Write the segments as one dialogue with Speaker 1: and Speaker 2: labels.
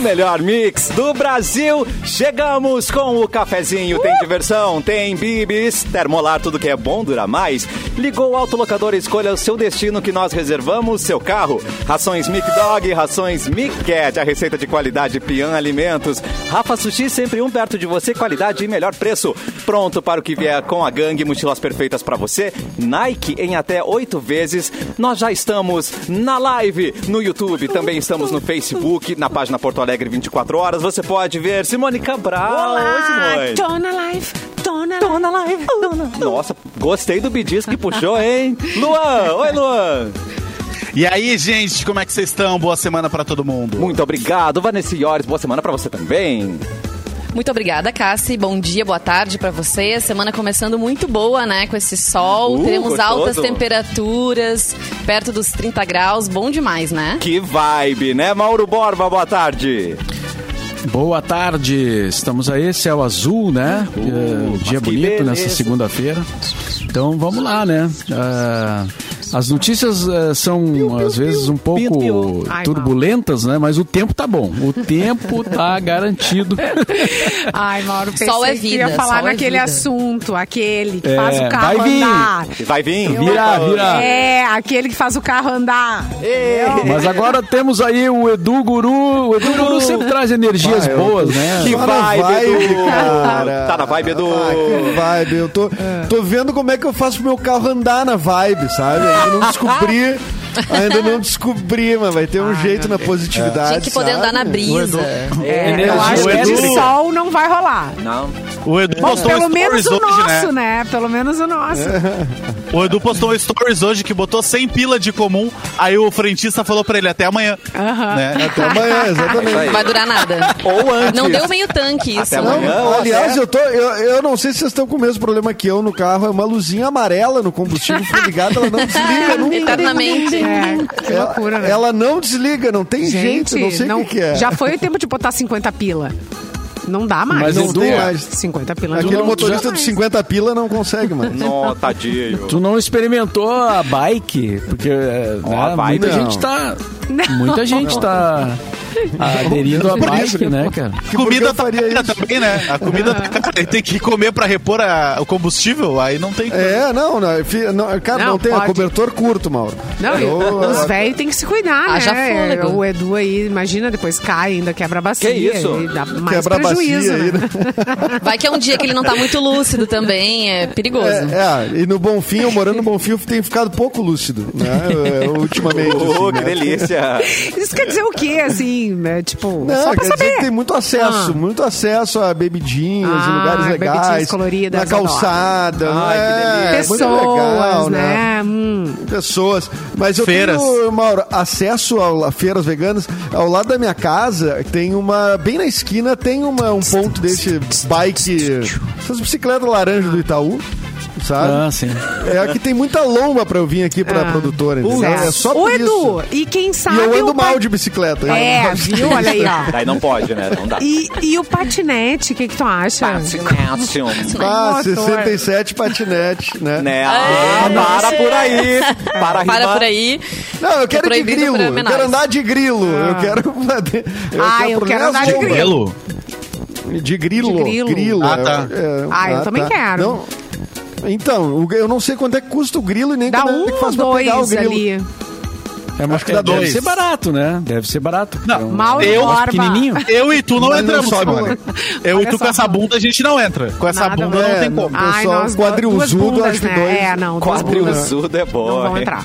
Speaker 1: melhor mix do Brasil. Chegamos com o cafezinho. Tem diversão, tem bibis, termolar, tudo que é bom dura mais. Ligou o autolocador, escolha o seu destino que nós reservamos, seu carro. Rações Mic Dog, rações Mic Cat, a receita de qualidade Pian Alimentos. Rafa Sushi, sempre um perto de você, qualidade e melhor preço. Pronto para o que vier com a gangue, mochilas perfeitas para você. Nike em até oito vezes. Nós já estamos na live no YouTube, também estamos no Facebook, na página Porto Alegre 24 horas. Você pode ver Simone Cabral. Oi, Simone.
Speaker 2: Tô na live, tô na
Speaker 1: Tô na live. Nossa, gostei do bidis que puxou, hein? Luan, oi, Luan.
Speaker 3: E aí, gente, como é que vocês estão? Boa semana pra todo mundo.
Speaker 1: Muito obrigado, Vanessa Iores. Boa semana pra você também.
Speaker 4: Muito obrigada, Cassi. Bom dia, boa tarde pra você. Semana começando muito boa, né? Com esse sol.
Speaker 1: Uh,
Speaker 4: Teremos
Speaker 1: gostoso.
Speaker 4: altas temperaturas, perto dos 30 graus. Bom demais, né?
Speaker 1: Que vibe, né, Mauro Borba? Boa tarde.
Speaker 5: Boa tarde, estamos aí, céu azul, né?
Speaker 1: Uh,
Speaker 5: Eh, dia
Speaker 1: mas que
Speaker 5: bonito
Speaker 1: beleza.
Speaker 5: nessa segunda-feira. Então vamos lá, né? Ah, as notícias eh, são às vezes um pouco
Speaker 1: piu.
Speaker 2: Ai,
Speaker 5: turbulentas, né? Mas o tempo tá bom, o tempo tá garantido.
Speaker 2: Ai, Mauro, pensei
Speaker 4: Sol é
Speaker 2: que
Speaker 4: vida,
Speaker 2: ia falar
Speaker 4: sol é
Speaker 2: naquele
Speaker 4: vida.
Speaker 2: assunto, aquele que
Speaker 5: É,
Speaker 2: faz o carro
Speaker 5: vai vir.
Speaker 2: andar.
Speaker 1: Vai vir?
Speaker 5: Vira,
Speaker 1: Ah.
Speaker 5: vira.
Speaker 2: É, aquele que faz o carro andar.
Speaker 1: Ei.
Speaker 5: Mas agora temos aí o Edu Guru. O Edu Guru sempre traz energias
Speaker 6: Vai, eu-
Speaker 5: boas, né?
Speaker 1: Que
Speaker 6: Tá na
Speaker 1: vibe,
Speaker 6: vibe,
Speaker 1: Edu.
Speaker 6: cara.
Speaker 1: Tá na vibe, Edu.
Speaker 6: Ah, que vibe. Eu tô, tô vendo como é que eu faço pro meu carro andar na vibe, sabe? Ainda não descobri. Ainda não descobri, mas vai ter um jeito na positividade.
Speaker 4: Tinha que poder
Speaker 6: sabe?
Speaker 4: andar na brisa.
Speaker 1: né?
Speaker 2: É, eu
Speaker 3: Energia,
Speaker 2: acho
Speaker 3: o
Speaker 2: que de
Speaker 3: Edu.
Speaker 2: sol não vai rolar.
Speaker 1: Não.
Speaker 3: O Edu
Speaker 2: Bom,
Speaker 3: postou
Speaker 2: pelo
Speaker 3: um
Speaker 2: menos
Speaker 3: stories
Speaker 2: o
Speaker 3: hoje,
Speaker 2: nosso,
Speaker 3: né?
Speaker 2: né? Pelo menos o nosso.
Speaker 3: O Edu postou um stories hoje que botou 100 pila de comum. Aí o frentista falou pra ele até amanhã. Né?
Speaker 6: Até amanhã, exatamente.
Speaker 4: Não vai durar nada.
Speaker 1: Ou antes.
Speaker 4: Não deu meio tanque isso.
Speaker 1: Até
Speaker 4: né?
Speaker 1: amanhã.
Speaker 6: Não,
Speaker 1: ou
Speaker 6: aliás,
Speaker 1: até-
Speaker 6: eu, tô, eu, eu não sei se vocês estão com o mesmo problema que eu no carro. É uma luzinha amarela no combustível foi ligada, ela não desliga nunca.
Speaker 4: Eternamente.
Speaker 2: É, que
Speaker 6: Ela,
Speaker 2: loucura, né?
Speaker 6: ela não desliga, não tem um jeito, não sei o que, que é.
Speaker 2: já foi o tempo de botar 50 pila. Não dá mais.
Speaker 5: Mas
Speaker 6: não
Speaker 5: Edu,
Speaker 6: tem mais.
Speaker 2: 50 pila
Speaker 6: Aquele
Speaker 2: não-
Speaker 6: motorista
Speaker 2: não-
Speaker 6: de 50 pila não consegue, mano.
Speaker 1: Não, tadinho.
Speaker 5: Tu não experimentou a bike? Porque eh,
Speaker 1: Ó,
Speaker 5: né,
Speaker 1: a bike.
Speaker 5: muita
Speaker 6: Não.
Speaker 5: gente tá.
Speaker 2: Não.
Speaker 5: Muita gente tá aderindo à bike, né, cara?
Speaker 6: Que
Speaker 3: comida tá
Speaker 6: porcaria é
Speaker 3: cara
Speaker 6: isso?
Speaker 3: também, né? A comida tá cara. Ele tem que comer pra repor a- o combustível. Aí não tem.
Speaker 6: É, não, não, fi- não, cara, não,
Speaker 2: Não,
Speaker 6: tem
Speaker 2: pode.
Speaker 6: é cobertor curto, Mauro.
Speaker 2: Não, e
Speaker 6: Eu-
Speaker 2: os velhos têm que se cuidar, né?
Speaker 4: Haja fôlego.
Speaker 2: O Edu aí, imagina, depois cai ainda, quebra a bacia.
Speaker 1: Que isso?
Speaker 2: E dá mais
Speaker 6: Quebra a bacia
Speaker 2: prejuízo, né?
Speaker 6: aí, né?
Speaker 4: Vai que é um dia que ele não tá muito lúcido também. É perigoso.
Speaker 6: É, é, e no Bonfim, eu morando no Bonfim, eu tenho ficado pouco lúcido, né? é, Ultimamente.
Speaker 1: Oh,
Speaker 6: assim,
Speaker 1: que
Speaker 6: né?
Speaker 1: delícia.
Speaker 2: Isso quer dizer o quê, assim? né? Tipo,
Speaker 6: Não,
Speaker 2: só pra
Speaker 6: quer dizer
Speaker 2: saber.
Speaker 6: que tem muito acesso,
Speaker 2: Ah.
Speaker 6: muito acesso a bebidinhas,
Speaker 2: Ah,
Speaker 6: em lugares
Speaker 2: bebidinhas
Speaker 6: legais,
Speaker 2: coloridas,
Speaker 6: na calçada,
Speaker 1: adoro.
Speaker 6: não
Speaker 1: Ai, que
Speaker 6: é,
Speaker 1: delícia.
Speaker 6: é muito legal,
Speaker 2: Pessoas, né? Hum.
Speaker 6: pessoas. Mas eu
Speaker 3: Feiras.
Speaker 6: tenho, Mauro, acesso ao- a feiras veganas. Ao lado da minha casa tem uma. Bem na esquina tem uma, um ponto desse bike. Essas bicicletas laranja do Itaú. Sabe?
Speaker 5: Ah, sim.
Speaker 6: É aqui tem muita lomba pra eu vir aqui pra
Speaker 2: Ah.
Speaker 6: produtora. entendeu?
Speaker 2: Certo.
Speaker 6: É só
Speaker 2: Ô,
Speaker 6: por
Speaker 2: Edu,
Speaker 6: isso.
Speaker 2: e quem
Speaker 6: E
Speaker 2: sabe.
Speaker 6: eu ando
Speaker 2: o
Speaker 6: mal
Speaker 2: pa-
Speaker 6: de tá? bicicleta.
Speaker 2: É, viu? Olha aí, ó.
Speaker 1: Daí não pode, né? Não dá.
Speaker 2: E, e o patinete, o que, que tu acha?
Speaker 6: Ah,
Speaker 2: Motor.
Speaker 6: 67 patinete, né?
Speaker 1: Né? Ah, para por aí. Para,
Speaker 4: Para
Speaker 1: rimar.
Speaker 4: por aí.
Speaker 6: Não, eu quero ir de
Speaker 4: proibido
Speaker 6: grilo.
Speaker 4: pra
Speaker 6: Eu
Speaker 4: menores.
Speaker 6: quero andar de grilo. Eu quero. fazer- Eu
Speaker 2: Ah, eu quero andar de
Speaker 6: problemas,
Speaker 2: grilo.
Speaker 3: Pelo?
Speaker 6: De grilo.
Speaker 2: De grilo.
Speaker 3: Ah, tá.
Speaker 6: é,
Speaker 2: Ah, eu também quero.
Speaker 6: Não, então, o- eu não sei quanto é que custa o grilo e nem
Speaker 2: Dá
Speaker 6: quanto é
Speaker 2: um
Speaker 6: que
Speaker 2: ou
Speaker 6: faz pra pegar o
Speaker 2: dois
Speaker 6: grilo.
Speaker 2: ali.
Speaker 5: É, mas
Speaker 3: que dá
Speaker 5: deve
Speaker 3: dois.
Speaker 5: ser barato, né? Deve ser barato.
Speaker 3: Não,
Speaker 5: É um-
Speaker 2: Mal
Speaker 3: Eu-
Speaker 2: barba.
Speaker 5: pequenininho.
Speaker 3: Eu e tu não
Speaker 6: Mas não
Speaker 3: entramos,
Speaker 6: sobe,
Speaker 3: Simone.
Speaker 6: né?
Speaker 3: Eu
Speaker 2: Olha
Speaker 3: e
Speaker 2: só.
Speaker 3: tu com essa bunda a gente não entra. Com essa
Speaker 2: Nada,
Speaker 3: bunda
Speaker 2: né?
Speaker 3: não tem
Speaker 6: Não.
Speaker 3: como.
Speaker 2: Ai,
Speaker 6: é, Pessoal,
Speaker 2: nós,
Speaker 6: quadriuzudo,
Speaker 2: duas bundas,
Speaker 6: acho que
Speaker 2: né?
Speaker 6: dois-
Speaker 2: É, não, duas
Speaker 5: um
Speaker 2: bundas
Speaker 1: Quadriuzudo é
Speaker 2: não
Speaker 1: bom.
Speaker 2: vão
Speaker 1: hein?
Speaker 2: entrar.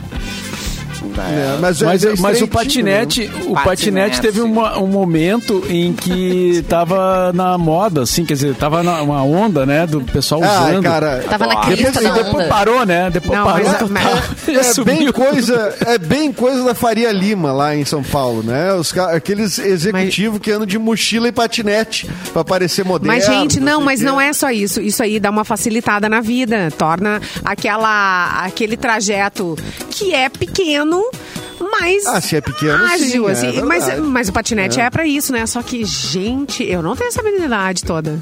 Speaker 6: É, mas,
Speaker 5: Mas,
Speaker 6: é
Speaker 5: mas o
Speaker 6: estreitinho, né?
Speaker 5: patinete, o
Speaker 1: Patinete.
Speaker 5: patinete teve uma- um momento em que tava na moda, assim, quer dizer, tava na, uma onda, né, do pessoal
Speaker 6: Ah,
Speaker 5: usando.
Speaker 6: cara.
Speaker 4: Tava na
Speaker 1: Ó,
Speaker 5: Depois,
Speaker 4: crista da
Speaker 5: depois
Speaker 4: onda.
Speaker 5: parou, né? Depois
Speaker 2: Não,
Speaker 5: parou.
Speaker 2: mas- mas-
Speaker 5: Ele
Speaker 6: É bem,
Speaker 5: sumiu.
Speaker 6: coisa, é bem coisa da Faria Lima lá em São Paulo, né? Os, ca- aqueles executivos que andam de mochila e patinete pra parecer moderno.
Speaker 2: Mas, gente, não,
Speaker 6: sei
Speaker 2: mas
Speaker 6: o quê.
Speaker 2: não é só isso. Isso aí dá uma facilitada na vida. Torna aquela, aquele trajeto que é pequeno, mais
Speaker 6: Ah, se é pequeno,
Speaker 2: ágil,
Speaker 6: sim, é
Speaker 2: assim.
Speaker 6: verdade.
Speaker 2: mas, mas o patinete é, pra isso, né? Só que, gente, eu não tenho essa habilidade toda.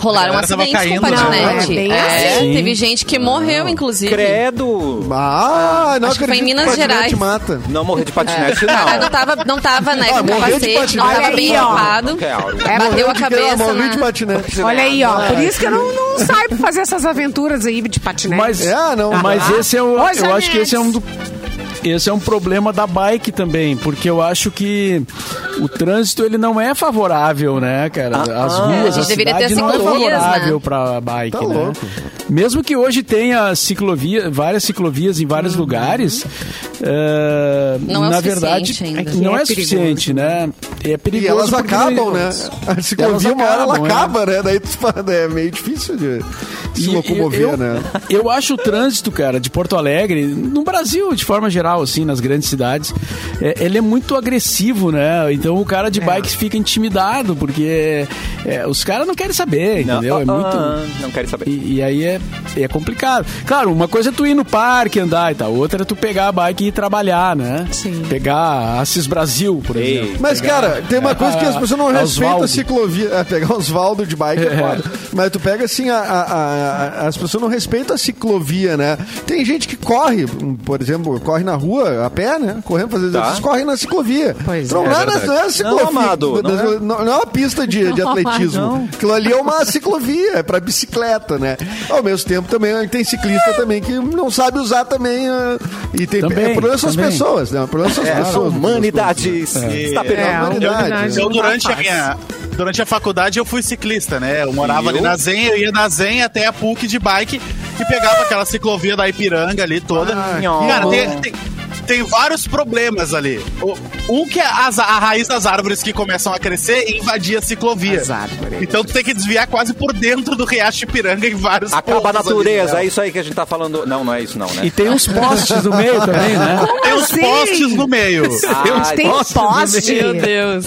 Speaker 4: Rolaram
Speaker 3: A galera tava
Speaker 4: acidentes com
Speaker 3: caindo,
Speaker 4: patinete.
Speaker 2: né? Bem
Speaker 4: É,
Speaker 2: assim.
Speaker 4: teve gente que morreu, inclusive.
Speaker 1: Credo!
Speaker 6: Ah, não
Speaker 4: Acho que foi em
Speaker 6: acredito
Speaker 4: Minas
Speaker 6: que patinete
Speaker 4: Gerais.
Speaker 6: mata.
Speaker 1: Não morrer de patinete,
Speaker 4: Ah, não tá
Speaker 1: não.
Speaker 4: tava, não tava, né,
Speaker 6: Ah,
Speaker 4: com
Speaker 6: morreu de
Speaker 4: capacete, não
Speaker 2: patinete.
Speaker 4: tava
Speaker 2: Olha
Speaker 4: bem
Speaker 2: aí, ó.
Speaker 4: equipado.
Speaker 1: É, Áureo.
Speaker 2: É,
Speaker 4: Bateu a
Speaker 6: Ah,
Speaker 4: cabeça,
Speaker 6: morri de
Speaker 4: né?
Speaker 6: patinete.
Speaker 2: Olha aí, ó.
Speaker 6: é.
Speaker 2: Por isso que eu não, não saio pra fazer essas aventuras aí de patinete.
Speaker 5: Mas,
Speaker 6: É, não.
Speaker 5: mas esse é o,
Speaker 2: Pois
Speaker 5: eu
Speaker 2: é,
Speaker 5: acho que esse é um
Speaker 2: Alex.
Speaker 5: do, esse é um problema da bike também, porque eu acho que o trânsito ele não é favorável, né, cara?
Speaker 6: Ah,
Speaker 5: As
Speaker 4: É, a
Speaker 5: ruas,
Speaker 4: gente
Speaker 5: a
Speaker 4: deveria ter
Speaker 5: cidade não é
Speaker 4: ciclovias,
Speaker 5: favorável
Speaker 4: né?
Speaker 5: para bike,
Speaker 6: Tá
Speaker 5: né?
Speaker 6: louco.
Speaker 5: Mesmo que hoje tenha ciclovia, várias ciclovias em vários lugares, eh,
Speaker 4: Uhum. Não é o
Speaker 5: na
Speaker 4: suficiente
Speaker 5: verdade
Speaker 4: ainda. É que
Speaker 5: não
Speaker 2: é
Speaker 5: é,
Speaker 2: perigoso.
Speaker 5: suficiente, né? É perigoso
Speaker 6: E elas
Speaker 5: porque-
Speaker 6: acabam, né? A ciclovia, uma hora ela
Speaker 5: acabam, é.
Speaker 6: acaba, né? Daí tu fala, é meio difícil de se
Speaker 5: E
Speaker 6: locomover,
Speaker 5: eu,
Speaker 6: né?
Speaker 5: Eu acho o trânsito, cara, de Porto Alegre, no Brasil, de forma geral, assim, nas grandes cidades, é, ele é muito agressivo, né? Então o cara de bike fica intimidado, porque é, os caras não querem saber, entendeu? É
Speaker 1: Ah,
Speaker 5: muito.
Speaker 1: ah, Não quero saber.
Speaker 5: E, e aí é, é complicado. Claro, uma coisa é tu ir no parque andar e tal, outra é tu pegar a bike e ir trabalhar, né?
Speaker 2: Sim.
Speaker 5: Pegar a Assis Brasil, por
Speaker 1: Ei.
Speaker 5: exemplo.
Speaker 6: Mas, cara, tem uma coisa que as pessoas não
Speaker 5: Ah,
Speaker 6: respeitam a
Speaker 5: Oswaldo.
Speaker 6: ciclovia. É, pegar Oswaldo de bike é
Speaker 5: É.
Speaker 6: foda. Mas tu pega assim, a- a- a- a- as pessoas não respeitam a ciclovia, né? Tem gente que corre, um, por exemplo, corre na rua, a pé, né? Correndo, fazer exercício, corre na ciclovia.
Speaker 2: Pois
Speaker 6: não,
Speaker 2: é.
Speaker 6: não,
Speaker 1: Tá. É
Speaker 6: não,
Speaker 1: verdade.
Speaker 6: não é ciclovia.
Speaker 1: Não, amado, não
Speaker 6: Não,
Speaker 1: é.
Speaker 6: não é uma pista de, de
Speaker 2: Não,
Speaker 6: atletismo.
Speaker 2: não.
Speaker 6: Aquilo ali é uma ciclovia, é pra bicicleta, né? Ao mesmo tempo também eh, tem ciclista também que não sabe usar também. ah, E tem
Speaker 5: Também,
Speaker 6: é problema são as
Speaker 5: também.
Speaker 6: pessoas, né? O problema são as
Speaker 1: É,
Speaker 6: pessoas.
Speaker 1: essa
Speaker 6: no fim das
Speaker 1: humanidade está perdendo.
Speaker 2: É,
Speaker 1: a
Speaker 2: a
Speaker 1: humanidade.
Speaker 2: humanidade
Speaker 6: Então,
Speaker 3: Eu,
Speaker 2: não tá
Speaker 3: Então, durante a
Speaker 2: fácil.
Speaker 3: minha. Durante a faculdade eu fui ciclista, né? Eu morava ali
Speaker 1: Viu?
Speaker 3: na Zen, eu ia na Zen até a PUC de bike e pegava aquela ciclovia da Ipiranga ali toda.
Speaker 1: Ah, que
Speaker 3: Cara,
Speaker 1: bom.
Speaker 3: tem, tem, tem vários problemas ali. O- Um que é as- a raiz das árvores que começam a crescer e invadir a ciclovia.
Speaker 2: As árvores.
Speaker 3: Então tu tem que desviar quase por dentro do riacho Ipiranga em vários
Speaker 1: Acaba a
Speaker 3: pontos ali,
Speaker 1: natureza,
Speaker 3: né?
Speaker 1: é isso aí que a gente tá falando. Não, não é isso não, né?
Speaker 5: E tem uns postes no meio também, né?
Speaker 1: é
Speaker 3: Tem os
Speaker 2: Assim?
Speaker 3: postes no meio.
Speaker 1: Ah,
Speaker 2: Gente, tem
Speaker 1: nossa,
Speaker 2: poste.
Speaker 4: Meu Deus.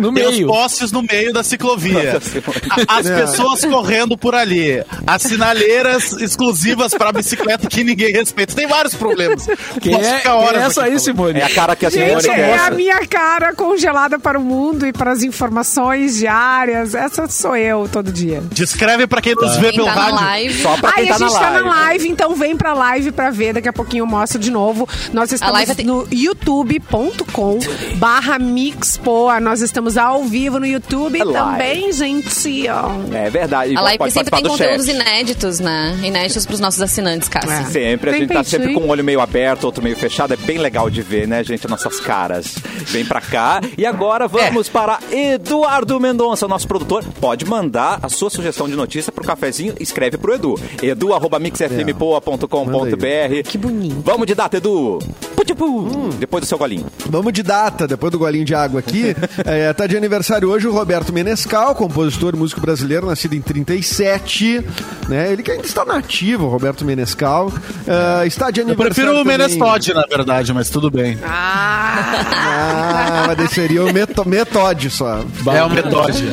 Speaker 5: No
Speaker 3: Tem os
Speaker 5: meio.
Speaker 3: postes no meio da ciclovia.
Speaker 1: Nossa Senhora.
Speaker 3: A- As pessoas correndo por ali. As sinaleiras exclusivas pra bicicleta que ninguém respeita. Tem vários problemas.
Speaker 5: Que
Speaker 3: Posso
Speaker 5: é,
Speaker 3: ficar
Speaker 5: que é
Speaker 3: horas
Speaker 5: essa
Speaker 3: aqui falando.
Speaker 5: aí, Simone?
Speaker 1: É a cara que a senhora
Speaker 2: Gente, é a
Speaker 1: mostra.
Speaker 2: minha cara congelada para o mundo e para as informações diárias. Essa sou eu todo dia.
Speaker 3: Descreve pra quem nos vê
Speaker 4: Quem
Speaker 3: pelo
Speaker 4: tá na
Speaker 3: rádio.
Speaker 4: live.
Speaker 1: Só pra
Speaker 2: Aí
Speaker 1: quem
Speaker 2: a
Speaker 1: tá na
Speaker 2: gente tá na
Speaker 1: live.
Speaker 2: live, então vem pra live pra ver. Daqui a pouquinho eu mostro de novo. Nós estamos
Speaker 4: live tem-
Speaker 2: no youtube.com barra Mixpoa. Nós estamos ao vivo no YouTube
Speaker 1: É live.
Speaker 2: também, gente. ó.
Speaker 1: É verdade.
Speaker 4: A
Speaker 1: Igual
Speaker 4: live
Speaker 1: pode
Speaker 4: sempre
Speaker 1: participar
Speaker 4: tem
Speaker 1: do
Speaker 4: conteúdos
Speaker 1: chat.
Speaker 4: inéditos, né? Inéditos pros nossos assinantes, Cássio.
Speaker 1: Sempre, a
Speaker 2: Tem
Speaker 1: gente tá
Speaker 2: peixe
Speaker 1: sempre
Speaker 2: aí?
Speaker 1: com um olho meio aberto, outro meio fechado. É bem legal de ver, né, gente? As nossas caras. Vem pra cá. E agora
Speaker 4: É.
Speaker 1: vamos para Eduardo Mendonça, nosso produtor. Pode mandar a sua sugestão de notícia pro cafezinho. Escreve pro Edu. Edu, arroba mixfmpoa.com.br.
Speaker 2: É. Que bonito.
Speaker 1: Vamos de data, Edu. Putipu. Depois do seu golinho.
Speaker 6: Vamos de data, depois do golinho de água aqui. é, tá de aniversário hoje o Roberto Menescal, compositor e músico brasileiro, nascido em 37. Né? Ele que ainda está nativo, o Roberto Menescal. Ah, está de
Speaker 3: Eu
Speaker 6: aniversário.
Speaker 3: prefiro o
Speaker 6: também-
Speaker 3: Menestod, na verdade, mas tudo bem.
Speaker 2: Ah,
Speaker 6: Ah, mas daí seria o meto metode só.
Speaker 3: É
Speaker 5: Ah,
Speaker 3: o Metode.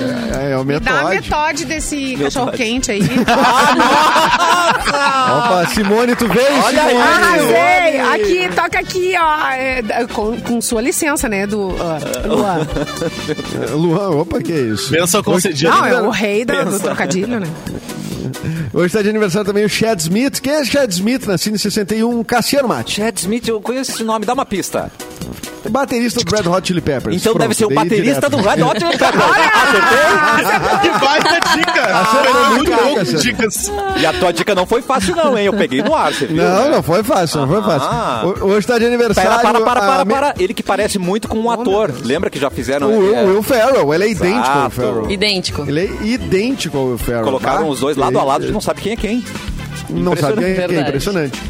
Speaker 6: É, é o
Speaker 2: me dá a
Speaker 6: metode.
Speaker 2: metade desse cachorro quente aí.
Speaker 6: Opa, Simone, tu veio,
Speaker 1: Olha aí.
Speaker 6: Simone?
Speaker 2: Ah, Arrasei! Aqui, toca aqui, ó. É, da- com, com sua licença, né, do ah, Luan.
Speaker 6: Luan, opa, que é isso.
Speaker 3: Benção concedida.
Speaker 2: Não, é o rei da- do trocadilho, né?
Speaker 6: Hoje está de aniversário também o Chad Smith. Quem é Chad Smith? Nascido em 61, Cassiano Mate.
Speaker 1: Chad Smith, eu conheço esse nome. Dá uma pista.
Speaker 6: Baterista do Red Hot Chili Peppers.
Speaker 1: Então deve
Speaker 6: Pronto,
Speaker 1: ser o
Speaker 6: daí
Speaker 1: baterista
Speaker 6: direto.
Speaker 1: do Red Hot Chili Peppers. Acertei?
Speaker 3: Que baita dica!
Speaker 6: Acertou,
Speaker 3: tá muito
Speaker 6: cara,
Speaker 3: bom com
Speaker 6: acertou.
Speaker 3: dicas.
Speaker 1: E a tua dica não foi fácil não, hein? Eu peguei no ar, você viu?
Speaker 6: Não, não foi fácil, não foi
Speaker 1: Ah.
Speaker 6: fácil. Ho- Hoje está de aniversário.
Speaker 1: Pera, para, para,
Speaker 6: a
Speaker 1: para,
Speaker 6: me-
Speaker 1: para. Ele que parece muito com um ator. Lembra que já fizeram...
Speaker 6: O Will,
Speaker 1: é,
Speaker 6: o Will Ferrell, ele é idêntico ao Will
Speaker 1: Exato.
Speaker 6: Ferrell.
Speaker 4: Idêntico.
Speaker 6: Ele é idêntico ao Will Ferrell.
Speaker 1: Colocaram
Speaker 6: tá?
Speaker 1: os dois lado
Speaker 6: Ele-
Speaker 1: a lado, a gente não sabe quem é quem.
Speaker 6: Não sabe quem é,
Speaker 4: Verdade.
Speaker 6: quem é impressionante.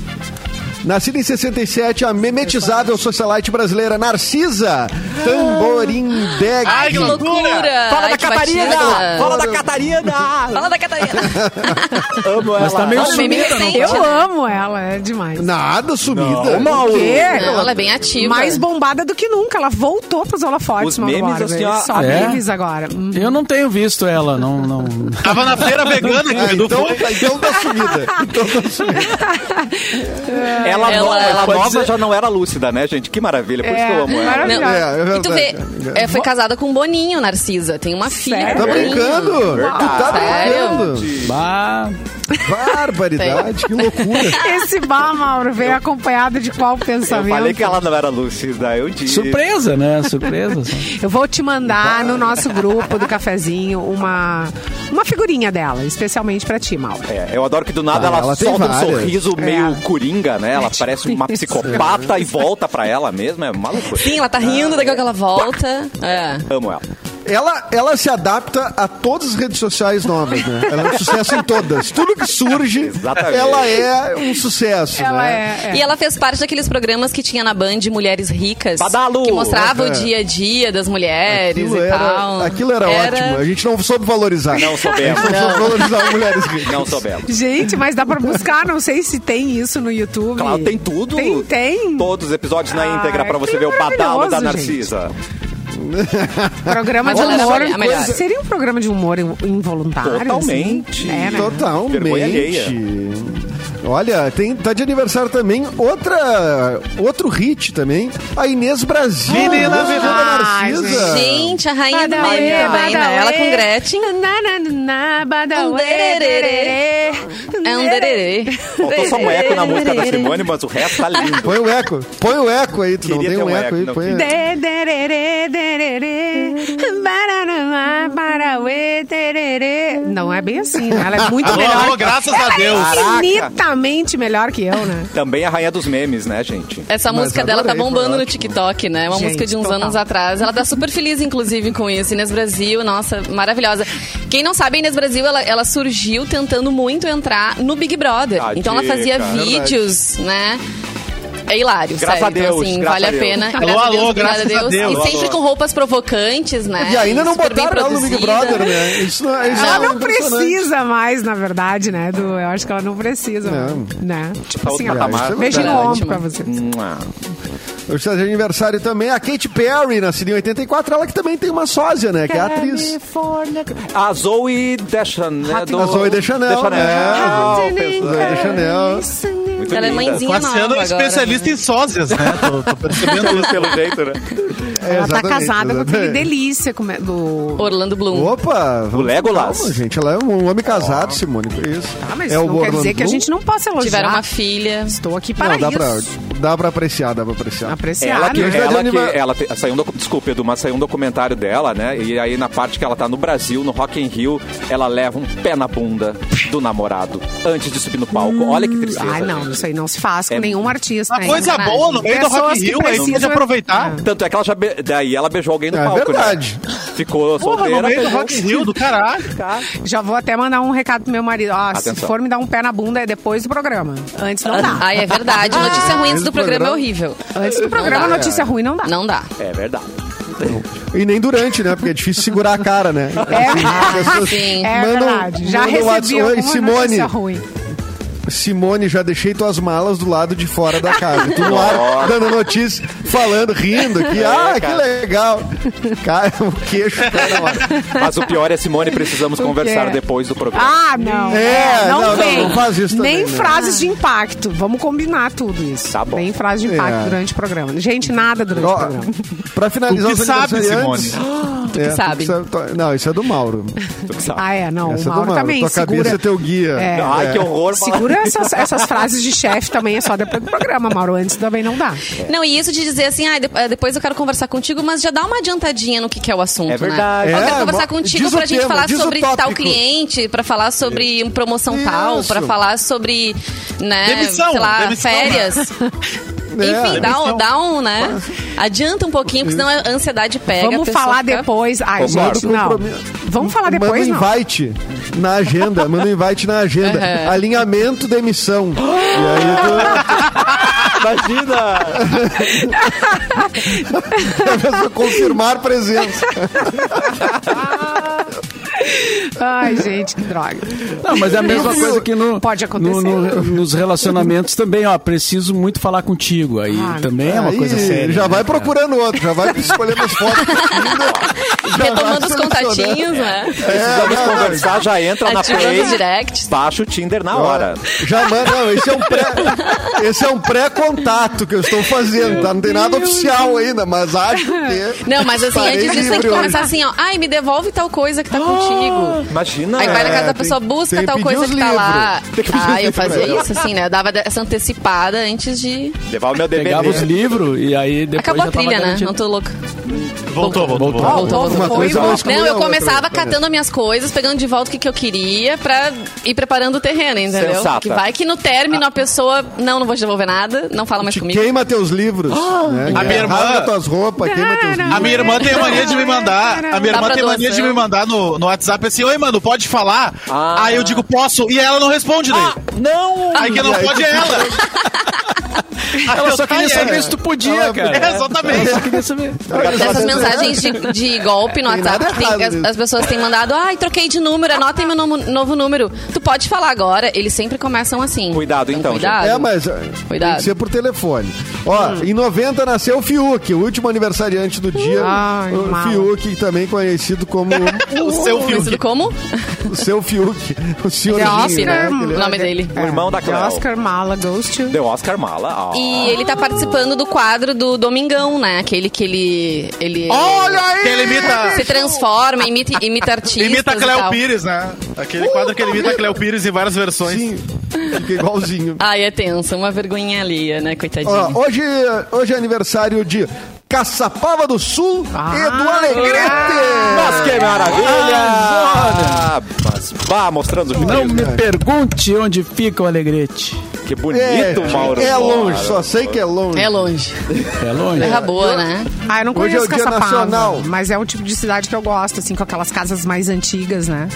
Speaker 6: Nascida em 67, a memetizável socialite brasileira Narcisa Tamborindeg.
Speaker 3: Ai, que loucura!
Speaker 1: Fala
Speaker 4: Ai,
Speaker 1: da
Speaker 4: Ah, que batida.
Speaker 1: Catarina! Fala da Catarina!
Speaker 4: Fala da Catarina.
Speaker 1: Amo ela.
Speaker 5: Mas tá meio
Speaker 4: Não, bem
Speaker 5: sumida,
Speaker 4: recente,
Speaker 2: Eu
Speaker 4: né?
Speaker 2: amo ela, é demais.
Speaker 6: Nada
Speaker 1: Não,
Speaker 6: sumida.
Speaker 1: Mauro.
Speaker 2: Quê?
Speaker 4: Não, ela é bem ativa.
Speaker 2: Mais bombada do que nunca. Ela voltou pros holofotes,
Speaker 1: Os
Speaker 2: Mauro
Speaker 1: memes,
Speaker 2: Borba.
Speaker 1: assim, ó,
Speaker 2: Só
Speaker 5: é?
Speaker 2: memes agora. Hum.
Speaker 5: Eu não tenho visto ela, não. não.
Speaker 3: Tava na feira vegana, que o
Speaker 6: Ah,
Speaker 3: Edu
Speaker 6: então,
Speaker 3: foi.
Speaker 6: então tá sumida. Então tá sumida.
Speaker 1: Ela, Ela,
Speaker 4: Ela- é
Speaker 1: nova, ela
Speaker 4: ela
Speaker 1: nova
Speaker 5: pode ser-
Speaker 1: já não era lúcida, né, gente? Que maravilha, por isso que eu amo ela.
Speaker 2: maravilhosa.
Speaker 4: Não.
Speaker 6: É, é
Speaker 4: Tá. e tu
Speaker 6: verdade.
Speaker 4: vê, é, foi casada com o Boninho, Narcisa. Tem uma filha
Speaker 2: Sério?
Speaker 4: com
Speaker 6: Tá
Speaker 4: o Boninho.
Speaker 6: brincando? Tu tá
Speaker 4: Sério?
Speaker 6: brincando?
Speaker 5: Bah,
Speaker 6: Barbaridade, que loucura.
Speaker 4: é.
Speaker 2: Esse bar, Mauro, veio acompanhado de qual
Speaker 1: Eu
Speaker 2: pensamento?
Speaker 1: falei que ela não era lúcida, eu disse.
Speaker 5: surpresa, né? Surpresa.
Speaker 2: Eu vou te mandar no nosso grupo do cafezinho uma, uma figurinha dela, especialmente pra ti, Mauro.
Speaker 1: É, eu adoro que do nada
Speaker 6: Ah,
Speaker 1: ela,
Speaker 6: ela tem
Speaker 1: solta um
Speaker 6: várias.
Speaker 1: sorriso
Speaker 2: É.
Speaker 1: meio coringa, né? Ela parece uma psicopata e volta pra ela mesma, é maluco.
Speaker 4: Sim, ela tá rindo, daqui a pouco ela volta. É.
Speaker 1: Amo ela.
Speaker 6: Ela, ela se adapta a todas as redes sociais novas, né? Ela é um sucesso em todas. Tudo que surge,
Speaker 1: Exatamente.
Speaker 6: ela é um sucesso.
Speaker 2: Ela
Speaker 6: né?
Speaker 2: é. é.
Speaker 4: E ela fez parte daqueles programas que tinha na Band Mulheres Ricas.
Speaker 1: Badalo!
Speaker 4: Que mostrava
Speaker 6: É.
Speaker 4: o dia a dia das mulheres
Speaker 6: Aquilo
Speaker 4: e tal.
Speaker 6: era, aquilo era, ótimo. é A gente não soube valorizar.
Speaker 1: Não
Speaker 6: A
Speaker 1: soubemos.
Speaker 6: gente não soube valorizar mulheres ricas.
Speaker 1: Não soubemos.
Speaker 2: Gente, mas dá pra buscar, não sei se tem isso no YouTube.
Speaker 1: Claro, tem tudo.
Speaker 2: Tem, tem.
Speaker 1: Todos os episódios na
Speaker 2: Ah,
Speaker 1: íntegra pra
Speaker 2: que
Speaker 1: você ver o badalo da
Speaker 2: maravilhoso,
Speaker 1: Narcisa.
Speaker 2: Programa
Speaker 4: Mas
Speaker 2: de
Speaker 4: ela era
Speaker 1: é
Speaker 2: humor.
Speaker 4: melhor- melhor.
Speaker 2: Seria um programa de humor in- involuntário? assim?
Speaker 1: Totalmente.
Speaker 2: É, né?
Speaker 1: Vergonha
Speaker 6: Totalmente.
Speaker 1: alheia.
Speaker 6: Olha, tem, tá de aniversário também outra, outro hit também, a Inês Brasil.
Speaker 3: Menina,
Speaker 6: Inês Brasil da
Speaker 2: ai,
Speaker 6: Narcisa.
Speaker 4: Gente, a rainha do
Speaker 2: Badauê,
Speaker 4: meio também, né?
Speaker 2: badauê.
Speaker 4: Ela com Gretchen.
Speaker 2: um Na, na, na, na, badauê,
Speaker 4: Um dererê.
Speaker 2: dererê.
Speaker 4: É um dererê.
Speaker 1: Faltou só um eco na música da Simone, mas o resto tá lindo.
Speaker 6: Põe o eco, põe o eco aí, tu não
Speaker 1: Queria
Speaker 6: tem
Speaker 1: ter
Speaker 6: um
Speaker 1: um
Speaker 6: eco
Speaker 1: eco,
Speaker 6: aí,
Speaker 1: não
Speaker 6: põe.
Speaker 1: quis.
Speaker 2: Dê, dererê, dererê, barará, barauê, dererê. Não é bem assim, né? Ela é muito
Speaker 3: Alô,
Speaker 2: melhor.
Speaker 3: alô, graças a Deus.
Speaker 1: Caraca.
Speaker 2: é Infinitamente melhor que eu, né?
Speaker 1: Também a rainha dos memes, né, gente?
Speaker 4: Essa
Speaker 6: Mas
Speaker 4: música dela tá
Speaker 6: adorei,
Speaker 4: bombando
Speaker 6: foi
Speaker 4: no
Speaker 6: ótimo.
Speaker 4: TikTok, né? Uma
Speaker 2: Gente,
Speaker 4: música de uns
Speaker 2: total.
Speaker 4: anos atrás. Ela tá super feliz, inclusive, com isso. Inês Brasil, nossa, maravilhosa. Quem não sabe, a Inês Brasil, ela, ela surgiu tentando muito entrar no Big Brother.
Speaker 1: Ah,
Speaker 4: então ela fazia
Speaker 1: dica,
Speaker 4: vídeos, né? É hilário,
Speaker 1: Graças
Speaker 4: sério.
Speaker 1: a
Speaker 4: Então,
Speaker 1: Deus,
Speaker 4: assim,
Speaker 1: graças
Speaker 4: vale
Speaker 1: a
Speaker 4: a
Speaker 1: Deus.
Speaker 4: pena.
Speaker 3: Alô, alô, graças a Deus.
Speaker 4: E
Speaker 1: Alô,
Speaker 4: sempre
Speaker 1: alô.
Speaker 4: com roupas provocantes, né?
Speaker 2: É,
Speaker 6: E ainda não
Speaker 4: Super bem
Speaker 6: botaram ela no Big
Speaker 4: produzida.
Speaker 6: Brother, né? Isso não, isso
Speaker 2: Ela
Speaker 6: é
Speaker 2: não
Speaker 6: impressionante.
Speaker 2: precisa mais, na verdade, né, Du? Eu acho que ela não precisa,
Speaker 6: Não.
Speaker 2: né? Tipo assim,
Speaker 1: Falta
Speaker 2: ó,
Speaker 1: patamar.
Speaker 2: beijo no
Speaker 4: Isso é verdade.
Speaker 2: ombro pra você.
Speaker 1: Mua.
Speaker 6: Hoje está de aniversário também a Katy Perry, nascida em 84, ela que também tem uma sósia, né? Que é a atriz.
Speaker 1: A Zoe Deschanel. né? do-
Speaker 6: A Zoe Deschanel, né?
Speaker 1: Ah, o pessoal.
Speaker 6: Zoe Chanel.
Speaker 1: Muito
Speaker 4: Ela é
Speaker 1: linda.
Speaker 4: mãezinha nova
Speaker 3: Marciano é
Speaker 4: agora,
Speaker 3: especialista
Speaker 4: né?
Speaker 3: em sósias, né? Tô, tô percebendo isso.
Speaker 1: Pelo jeito, né?
Speaker 6: É,
Speaker 2: Ela tá
Speaker 6: exatamente,
Speaker 2: casada com aquele
Speaker 6: exatamente.
Speaker 2: delícia come- do...
Speaker 4: Orlando Bloom.
Speaker 6: Opa! vamos com
Speaker 1: Legolas.
Speaker 6: calma, gente, ela é um homem casado, Simone. por Isso.
Speaker 2: Ah, mas
Speaker 6: é
Speaker 2: não quer dizer que a
Speaker 6: Bloom.
Speaker 2: gente não possa elogiar.
Speaker 4: Tiveram uma filha.
Speaker 2: Estou aqui para
Speaker 6: Não, dá
Speaker 2: isso.
Speaker 6: pra, Ah, dá pra apreciar, dá pra apreciar.
Speaker 2: Apreciar,
Speaker 1: É, Ela que,
Speaker 2: né?
Speaker 6: Hoje vai
Speaker 1: ela
Speaker 6: de
Speaker 1: que
Speaker 6: anima-
Speaker 1: ela te- saiu um docu- desculpa, Edu, mas saiu um documentário dela, né? E aí na parte que ela tá no Brasil, no Rock in Rio, ela leva um pé na bunda do namorado antes de subir no palco. Olha que tristeza.
Speaker 2: Ai, não,
Speaker 1: gente.
Speaker 2: isso aí não se faz com
Speaker 1: É
Speaker 2: nenhum artista.
Speaker 3: Uma
Speaker 2: hein?
Speaker 3: coisa
Speaker 4: sacanagem.
Speaker 3: boa no meio do
Speaker 2: Pessoas
Speaker 3: Rock in
Speaker 2: que
Speaker 3: Rio, aí tem que
Speaker 2: precisam-
Speaker 3: aproveitar.
Speaker 2: Ah.
Speaker 1: Tanto é que ela já be- daí ela beijou alguém no
Speaker 6: É
Speaker 1: palco, né?
Speaker 6: verdade.
Speaker 1: Ficou
Speaker 3: Porra, é no
Speaker 1: solteira,
Speaker 3: meio do
Speaker 1: beijou.
Speaker 3: Rock in Rio, do caralho.
Speaker 2: Já vou até mandar um recado pro meu marido. Ó, se
Speaker 1: Atenção.
Speaker 2: for me dar um pé na bunda, é depois do programa. Antes não dá.
Speaker 4: Ai, é verdade.
Speaker 6: Ah.
Speaker 4: Notícia ruim antes do programa é horrível.
Speaker 2: Antes do programa, notícia ruim não dá.
Speaker 4: Não dá.
Speaker 1: É verdade.
Speaker 6: E nem durante, né? Porque é difícil segurar a cara, né?
Speaker 4: sim.
Speaker 2: É
Speaker 6: um-
Speaker 2: verdade. Já
Speaker 6: mandam
Speaker 2: recebi
Speaker 6: WhatsApp, "Oi,
Speaker 2: alguma
Speaker 6: Simone,
Speaker 2: notícia ruim.
Speaker 6: Simone, já deixei tuas malas do lado de fora da casa. Tu no ar, dando notícia, falando, rindo aqui. ah, que
Speaker 1: É, cara.
Speaker 6: legal. Cara, o queixo tá na hora.
Speaker 1: Mas o pior é, Simone, precisamos conversar depois do programa.
Speaker 2: Ah, não.
Speaker 6: É,
Speaker 2: não,
Speaker 6: não, não,
Speaker 2: vem.
Speaker 6: não faz isso também,
Speaker 2: Nem
Speaker 6: né?
Speaker 2: frases de impacto. Vamos combinar tudo isso.
Speaker 1: Tá bom.
Speaker 2: Nem frases de impacto
Speaker 6: É.
Speaker 2: durante o programa. Gente, nada durante o
Speaker 6: Ó,
Speaker 2: programa.
Speaker 6: pra finalizar
Speaker 3: Tu que
Speaker 6: os
Speaker 3: sabe,
Speaker 6: aniversariantes- É, tu que
Speaker 4: sabe.
Speaker 6: sabe- Não, isso é do Mauro.
Speaker 1: Tu que sabe.
Speaker 2: Ah, é, não.
Speaker 6: Essa é
Speaker 2: o
Speaker 6: do
Speaker 2: Mauro
Speaker 6: Mauro.
Speaker 2: também
Speaker 6: Tua
Speaker 2: segura.
Speaker 6: cabeça é teu guia.
Speaker 2: É.
Speaker 1: Ai, que horror. falar-
Speaker 2: Segura essas, essas frases de chefe também, é só depois do programa, Mauro. Antes também não dá.
Speaker 4: Não, e isso de dizer assim, ah, de- eh, depois eu quero conversar contigo, mas já dá uma adiantadinha no que, que é o assunto,
Speaker 1: É verdade.
Speaker 4: né? Eu
Speaker 6: É,
Speaker 4: quero
Speaker 6: mo-
Speaker 4: conversar contigo
Speaker 6: diz o
Speaker 4: pra gente
Speaker 6: tema,
Speaker 4: falar
Speaker 6: diz o
Speaker 4: sobre
Speaker 6: tópico.
Speaker 4: tal cliente, pra falar sobre um promoção tal,
Speaker 6: Isso.
Speaker 4: pra falar sobre, né,
Speaker 3: Demissão,
Speaker 4: sei lá,
Speaker 3: demissão, né?
Speaker 4: férias.
Speaker 6: Né?
Speaker 4: Enfim, dá um, dá um, né? Adianta um pouquinho, porque senão a ansiedade pega. a
Speaker 2: Vamos
Speaker 4: pessoa
Speaker 2: falar
Speaker 4: fica-
Speaker 2: depois. Ai,
Speaker 1: Concordo.
Speaker 2: gente, não. Vamos falar depois, não.
Speaker 6: Manda um invite na agenda. Manda um invite na agenda. Alinhamento da emissão. E aí
Speaker 1: Imagina!
Speaker 6: tu- a pessoa confirmar presença.
Speaker 2: Ai, gente, que droga.
Speaker 5: Não, mas é a mesma
Speaker 2: Isso
Speaker 5: coisa que no,
Speaker 2: pode acontecer.
Speaker 5: no- no- nos relacionamentos também, ó. Preciso muito falar contigo. Aí
Speaker 2: Ah,
Speaker 5: também é uma
Speaker 6: Aí
Speaker 5: coisa séria.
Speaker 6: Já
Speaker 5: né,
Speaker 6: vai
Speaker 5: cara?
Speaker 6: procurando outro, já vai escolhendo as fotos. Já vai
Speaker 4: Retomando os
Speaker 6: selecionando.
Speaker 4: contatinhos, né?
Speaker 1: Precisamos
Speaker 3: É.
Speaker 1: conversar, já entra na
Speaker 4: Ativa
Speaker 1: Play,
Speaker 4: nos directs.
Speaker 1: baixa o Tinder na hora.
Speaker 6: Já manda, não, esse é um pré, esse é um pré-contato que eu estou fazendo, tá? Não tem nada oficial ainda, mas acho que
Speaker 4: Não, mas assim,
Speaker 6: Parei
Speaker 4: antes disso tem que
Speaker 6: livre hoje.
Speaker 4: começar assim, ó. Ai, me devolve tal coisa que tá contigo.
Speaker 1: Imagina.
Speaker 4: Aí vai na
Speaker 1: é.
Speaker 4: casa
Speaker 6: tem
Speaker 4: da pessoa,
Speaker 6: que-
Speaker 4: busca
Speaker 6: tem que
Speaker 4: tal
Speaker 6: pedir
Speaker 4: coisa
Speaker 6: os
Speaker 4: que tá lá.
Speaker 6: livros. Tem que pedir os
Speaker 4: Ah, eu
Speaker 6: livros pra
Speaker 4: fazia
Speaker 6: ela.
Speaker 4: isso, assim, né? Eu dava essa antecipada antes de.
Speaker 1: Levar o meu DVD.
Speaker 5: Pegava os livros e aí depois
Speaker 4: Acabou
Speaker 5: já
Speaker 4: a
Speaker 5: tava
Speaker 4: trilha, né?
Speaker 5: garantido.
Speaker 4: Não tô louca.
Speaker 3: Voltou, voltou.
Speaker 5: Voltou.
Speaker 6: Ah,
Speaker 4: Voltou, voltou.
Speaker 6: Uma
Speaker 4: Foi,
Speaker 6: coisa não
Speaker 4: voltou.
Speaker 6: exclui
Speaker 4: não,
Speaker 6: a
Speaker 4: eu
Speaker 6: outra,
Speaker 4: começava
Speaker 6: né?
Speaker 4: catando as minhas coisas, pegando de volta o que, que eu queria pra ir preparando o terreno, entendeu?
Speaker 1: Sensata.
Speaker 4: Que vai que no término a pessoa, não, não vou te devolver nada, não fala mais
Speaker 6: Te
Speaker 4: comigo. Ah.
Speaker 6: queima teus livros, né?
Speaker 3: A minha irmã-
Speaker 6: Rasga tuas roupas, queima teus livros.
Speaker 3: A minha irmã tem a mania de me mandar. A minha
Speaker 4: Dá
Speaker 3: irmã
Speaker 4: pra
Speaker 3: tem a mania de
Speaker 4: doação.
Speaker 3: me mandar no, no WhatsApp assim, oi, mano, pode falar?
Speaker 1: Ah.
Speaker 3: Aí eu digo, posso, e ela não responde daí.
Speaker 1: Não!
Speaker 3: Ah. Aí que não
Speaker 6: E aí
Speaker 3: pode é ela.
Speaker 5: Ela só queria
Speaker 6: é.
Speaker 5: saber se
Speaker 3: isso.
Speaker 5: tu podia,
Speaker 6: Ela-
Speaker 5: cara.
Speaker 3: É, exatamente.
Speaker 5: Ela só queria saber.
Speaker 4: Dessas mensagens de, de golpe no
Speaker 6: Tem
Speaker 4: WhatsApp
Speaker 6: nada
Speaker 4: que tem-
Speaker 6: errado
Speaker 4: as,
Speaker 6: nisso.
Speaker 4: as pessoas têm mandado, ai, troquei de número, anotem meu nomo- novo número. Tu pode falar agora, eles sempre começam assim.
Speaker 1: Cuidado, então,
Speaker 4: Cuidado.
Speaker 6: É, mas
Speaker 4: Cuidado. Hum.
Speaker 6: tem que ser por telefone. Ó, em 90 nasceu o Fiuk, o último aniversariante do dia.
Speaker 2: Ai,
Speaker 6: o
Speaker 2: mal.
Speaker 6: Fiuk, também conhecido como
Speaker 3: O seu
Speaker 4: Conhecido
Speaker 3: filho.
Speaker 4: como?
Speaker 6: o seu Fiuk, o senhor
Speaker 2: Ele é
Speaker 4: Sim,
Speaker 2: Oscar,
Speaker 4: né?
Speaker 2: É,
Speaker 4: O nome dele.
Speaker 1: O irmão da
Speaker 2: The
Speaker 1: Cleo.
Speaker 2: Oscar Mala Goes to...
Speaker 1: Deu Oscar Mala. Ah.
Speaker 4: E ele tá participando do quadro do Domingão, né? Aquele que ele. ele
Speaker 6: Olha aí!
Speaker 3: Que ele imita,
Speaker 4: Se transforma, imita, imita artistas.
Speaker 3: imita
Speaker 4: e
Speaker 3: Cléo
Speaker 4: tal.
Speaker 3: Pires, né? Aquele quadro que ele imita Cléo Pires em várias versões.
Speaker 6: Sim, assim, fica igualzinho.
Speaker 4: Ai, é tenso, uma vergonha alheia, né,
Speaker 6: Ó,
Speaker 4: coitadinho.
Speaker 6: hoje, hoje é aniversário de Caçapava do Sul
Speaker 5: Ah,
Speaker 6: e do Alegrete.
Speaker 5: é.
Speaker 1: Mas que
Speaker 6: Ah,
Speaker 1: maravilha! Mas vá mostrando os
Speaker 5: Não
Speaker 1: vídeos.
Speaker 5: me pergunte onde fica o Alegrete.
Speaker 1: Que bonito, Mauro.
Speaker 6: é longe,
Speaker 1: Moura.
Speaker 6: só sei que é longe.
Speaker 4: É longe.
Speaker 5: É longe.
Speaker 4: Terra boa, né?
Speaker 2: Ah, eu não
Speaker 6: Hoje é
Speaker 2: conheço
Speaker 6: o dia
Speaker 2: Caçapava,
Speaker 6: nacional.
Speaker 2: mas é um tipo de cidade que eu gosto, assim, com aquelas casas mais antigas, né?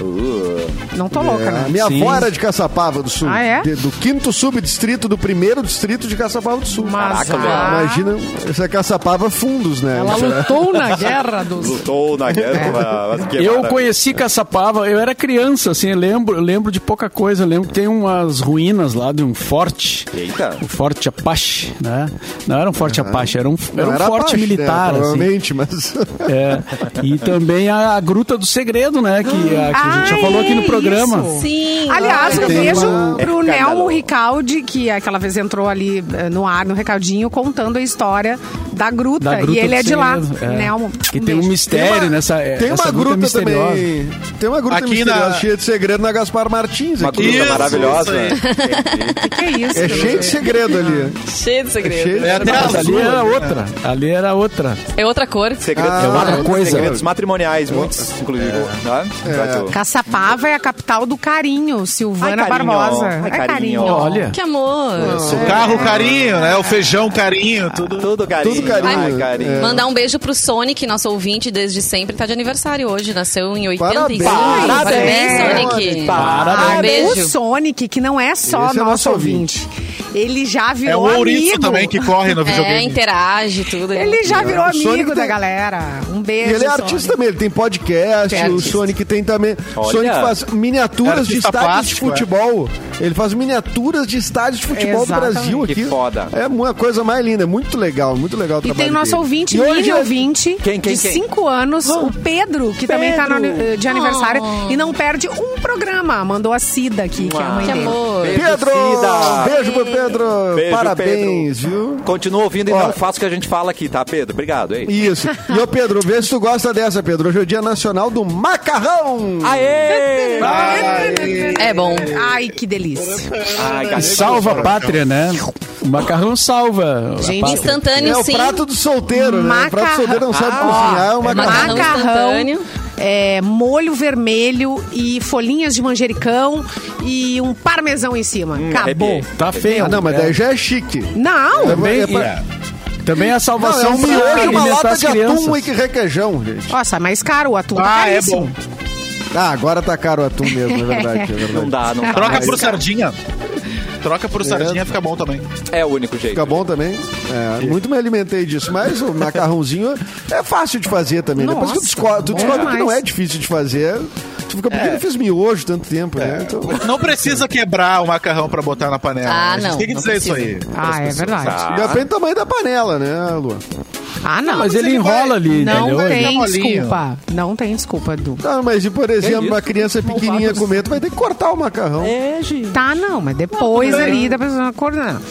Speaker 2: Não tô louca,
Speaker 6: É,
Speaker 2: né?
Speaker 6: a minha
Speaker 5: Sim.
Speaker 6: avó era de Caçapava do Sul.
Speaker 2: Ah, é?
Speaker 6: De- do quinto subdistrito, do primeiro distrito de Caçapava do Sul.
Speaker 2: Mas
Speaker 1: Caraca,
Speaker 2: a-
Speaker 5: ah.
Speaker 6: Imagina, essa Caçapava fundos, né?
Speaker 2: Ela lutou na guerra dos...
Speaker 1: Lutou na
Speaker 6: É.
Speaker 1: guerra. mas que
Speaker 5: Eu
Speaker 1: maravilha.
Speaker 5: conheci Caçapava, eu era criança, assim, eu lembro, eu lembro de pouca coisa. eu lembro que tem umas ruínas lá de um forte.
Speaker 1: Eita.
Speaker 5: Um forte Apache, né? Não era um forte Apache, era um, era um
Speaker 6: Não
Speaker 5: forte
Speaker 6: Apache, né?
Speaker 5: militar, assim.
Speaker 6: Provavelmente, mas...
Speaker 5: É. E também a, a Gruta do Segredo, né? Que, a, que a gente já
Speaker 2: Ah,
Speaker 5: falou aqui no
Speaker 2: é
Speaker 5: programa.
Speaker 2: isso.
Speaker 4: Sim.
Speaker 2: Aliás, um
Speaker 6: Tem
Speaker 2: beijo
Speaker 6: uma-
Speaker 2: pro
Speaker 1: É
Speaker 2: Nelmo
Speaker 1: escândalo.
Speaker 2: Ricaldi, que aquela vez entrou ali eh, no ar, no recadinho, contando a história da gruta.
Speaker 5: Da gruta
Speaker 2: e ele
Speaker 5: do
Speaker 2: é de lá.
Speaker 5: Segredo, é.
Speaker 2: Nelmo.
Speaker 5: E tem um
Speaker 2: beijo.
Speaker 5: mistério
Speaker 6: Tem uma-
Speaker 5: nessa. é,
Speaker 6: Tem
Speaker 5: essa
Speaker 6: uma gruta
Speaker 5: misteriosa.
Speaker 6: também. Tem uma gruta
Speaker 3: Aqui
Speaker 6: misteriosa
Speaker 3: na-
Speaker 6: cheia de segredo na Gaspar Martins.
Speaker 1: Uma
Speaker 6: aqui.
Speaker 1: gruta
Speaker 3: Isso,
Speaker 1: maravilhosa.
Speaker 3: isso
Speaker 2: Que, que é isso?
Speaker 6: É cheio de segredo ali.
Speaker 4: Cheio de segredo.
Speaker 6: Cheio de-
Speaker 3: É até
Speaker 5: Mas ali
Speaker 3: azul.
Speaker 5: era
Speaker 6: né?
Speaker 5: outra. Ali era outra.
Speaker 4: É outra cor.
Speaker 1: Segredos,
Speaker 6: Ah, é outra
Speaker 5: coisa.
Speaker 1: segredos matrimoniais, muitos, inclusive. Tá?
Speaker 6: É.
Speaker 1: Vai tu.
Speaker 2: Caçapava é a capital do carinho, Silvana
Speaker 1: Ai, carinho.
Speaker 2: Barbosa.
Speaker 1: Ai,
Speaker 2: É
Speaker 1: carinho.
Speaker 5: Olha.
Speaker 4: Que amor.
Speaker 3: O carro carinho, né? O feijão carinho, tudo.
Speaker 1: Tudo carinho.
Speaker 6: Tudo carinho.
Speaker 1: Ai, carinho.
Speaker 6: É.
Speaker 4: Mandar um beijo pro Sonic, nosso ouvinte desde sempre, tá de aniversário hoje, nasceu em 85. Parabéns,
Speaker 6: Parabéns.
Speaker 4: Sonic.
Speaker 1: Parabéns.
Speaker 4: Um
Speaker 2: Ah, O
Speaker 4: beijo.
Speaker 2: Sonic, que não é só
Speaker 6: Esse é
Speaker 2: nosso,
Speaker 6: nosso
Speaker 2: ouvinte. Ele já
Speaker 3: É
Speaker 2: virou
Speaker 3: um ouriço
Speaker 2: amigo.
Speaker 3: também que corre no
Speaker 4: É,
Speaker 3: videogame.
Speaker 4: interage, tudo.
Speaker 2: Ele já virou
Speaker 6: O Sonic
Speaker 2: amigo da
Speaker 6: tem-
Speaker 2: galera. Um
Speaker 6: E
Speaker 2: beijo.
Speaker 6: ele é
Speaker 2: Sonic.
Speaker 6: artista também, ele tem podcast,
Speaker 4: É
Speaker 6: o
Speaker 4: artista.
Speaker 6: Sonic tem também. O
Speaker 1: Olha.
Speaker 6: Sonic faz miniaturas de
Speaker 3: Artista
Speaker 6: estádios
Speaker 3: plástico,
Speaker 6: de futebol. Ele faz miniaturas de estádios de futebol
Speaker 2: Exatamente.
Speaker 6: do Brasil
Speaker 1: Que
Speaker 6: aqui.
Speaker 1: foda.
Speaker 6: É uma coisa mais linda, é muito legal, muito legal o
Speaker 2: E
Speaker 6: trabalho
Speaker 2: tem nosso
Speaker 6: dele.
Speaker 2: ouvinte,
Speaker 6: E hoje
Speaker 2: mini
Speaker 6: é-
Speaker 2: ouvinte,
Speaker 1: Quem, quem,
Speaker 2: de
Speaker 1: quem?
Speaker 2: 5 anos, o Pedro, que também tá no ani- de aniversário e não perde um programa. Mandou a Cida aqui, que é a mãe
Speaker 4: Que
Speaker 2: dele.
Speaker 4: amor.
Speaker 6: Pedro!
Speaker 1: Cida.
Speaker 6: Beijo pro Pedro!
Speaker 1: Beijo,
Speaker 6: Parabéns,
Speaker 1: Pedro.
Speaker 6: viu?
Speaker 1: Continua ouvindo e
Speaker 6: Ó.
Speaker 1: não faça o que a gente fala aqui, tá, Pedro? Obrigado, hein?
Speaker 6: Isso. E ô Pedro, vê se tu gosta dessa, Pedro. Hoje é o Dia Nacional do Macarrão!
Speaker 1: Ah, Aê!
Speaker 4: É bom.
Speaker 2: Ai, que delícia.
Speaker 1: Ai,
Speaker 5: E
Speaker 1: cara,
Speaker 5: salva a pátria, né? O macarrão salva. a
Speaker 2: Gente,
Speaker 5: pátria.
Speaker 6: É
Speaker 4: Instantâneo,
Speaker 6: o
Speaker 4: sim.
Speaker 6: prato do solteiro, né? O prato
Speaker 2: Macarrão. Ah,
Speaker 6: do solteiro não sabe cozinhar, é o macarrão.
Speaker 4: macarrão instantâneo.
Speaker 2: é, molho vermelho e folhinhas de manjericão e um parmesão em cima. Acabou.
Speaker 1: arrepiei.
Speaker 5: Tá feio.
Speaker 6: Ah, não, mas
Speaker 5: É.
Speaker 6: daí já é chique.
Speaker 2: Não!
Speaker 5: Também
Speaker 6: É
Speaker 5: é,
Speaker 6: pra-
Speaker 5: também é a
Speaker 6: Não, é
Speaker 5: salvação
Speaker 6: um
Speaker 5: pra
Speaker 6: miojo, uma
Speaker 5: alimentar
Speaker 6: lata
Speaker 5: as
Speaker 6: de atum
Speaker 5: crianças.
Speaker 6: e que requeijão, gente.
Speaker 2: Nossa, é mais caro o atum. tá
Speaker 3: Ah, é
Speaker 2: caríssimo.
Speaker 3: bom.
Speaker 6: Ah, agora tá caro o atum mesmo, é verdade. É verdade.
Speaker 1: Não dá, não dá.
Speaker 3: Troca por sardinha. Troca por sardinha, fica bom também.
Speaker 1: É o único jeito.
Speaker 6: Fica bom também. É, muito me alimentei disso, mas o macarrãozinho é fácil de fazer também. Depois que tu
Speaker 2: Nossa,
Speaker 6: descobre, tu
Speaker 2: bom
Speaker 6: descobre que não
Speaker 2: demais.
Speaker 6: é difícil de fazer, Tu fica, por que eu fiz miojo tanto tempo, né? Então,
Speaker 3: Não precisa quebrar o macarrão pra botar na panela.
Speaker 4: Ah,
Speaker 3: A gente
Speaker 4: não,
Speaker 3: Tem que
Speaker 4: não
Speaker 3: dizer isso
Speaker 4: precisa.
Speaker 3: aí.
Speaker 2: Ah, é verdade.
Speaker 6: depende do tamanho da panela, né, Luan?
Speaker 2: Ah, não.
Speaker 5: Mas ele enrola ali,
Speaker 2: Não
Speaker 5: entendeu?
Speaker 3: Ele
Speaker 2: tem
Speaker 3: é molinho.
Speaker 2: desculpa. Não tem desculpa, Edu.
Speaker 6: Tá, mas e por exemplo,
Speaker 5: isso?
Speaker 6: uma criança pequenininha comer, tu vai ter que cortar o macarrão.
Speaker 2: Tá, não, mas depois ali da pessoa acordando.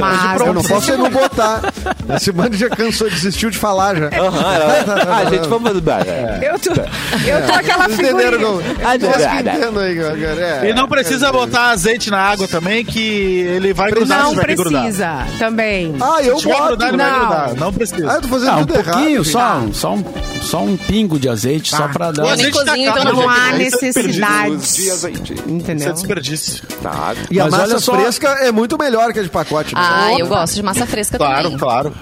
Speaker 2: Mas
Speaker 6: Eu não posso é não botar. A Simone já cansou, desistiu de falar já.
Speaker 1: Aham, ela- ah, gente, vamos. né?
Speaker 6: É.
Speaker 2: Eu tô, eu tô aquela
Speaker 6: Vocês entenderam
Speaker 2: figurinha.
Speaker 6: como?
Speaker 1: Ah,
Speaker 6: Vocês que
Speaker 1: nada.
Speaker 6: entendam aí, galera. É,
Speaker 3: E não precisa
Speaker 6: é,
Speaker 3: botar azeite na água também, que ele vai grudar
Speaker 2: Não
Speaker 3: se tiver que grudar.
Speaker 2: precisa também.
Speaker 6: Ah, eu
Speaker 3: Se tiver que
Speaker 6: boto.
Speaker 3: grudar, ele vai
Speaker 2: não.
Speaker 3: grudar. Não
Speaker 6: Ah,
Speaker 3: precisa.
Speaker 6: eu tô fazendo
Speaker 5: Ah, um
Speaker 6: tudo
Speaker 5: pouquinho,
Speaker 6: errado. Ah,
Speaker 5: só, um- só, um, só um pingo de azeite, só pra dar.
Speaker 3: O
Speaker 4: nem
Speaker 3: azeite tá
Speaker 4: cozinho, então
Speaker 3: caro,
Speaker 4: não
Speaker 3: gente.
Speaker 2: há
Speaker 3: Isso é
Speaker 2: necessidade.
Speaker 3: desperdício. Isso é
Speaker 2: Entendeu?
Speaker 3: desperdício.
Speaker 1: Tá.
Speaker 6: E a
Speaker 5: Mas
Speaker 6: massa
Speaker 5: olha só-
Speaker 6: fresca é muito melhor que a de pacote. né?
Speaker 4: Ah, eu gosto de massa fresca
Speaker 3: Claro,
Speaker 4: também.
Speaker 3: claro.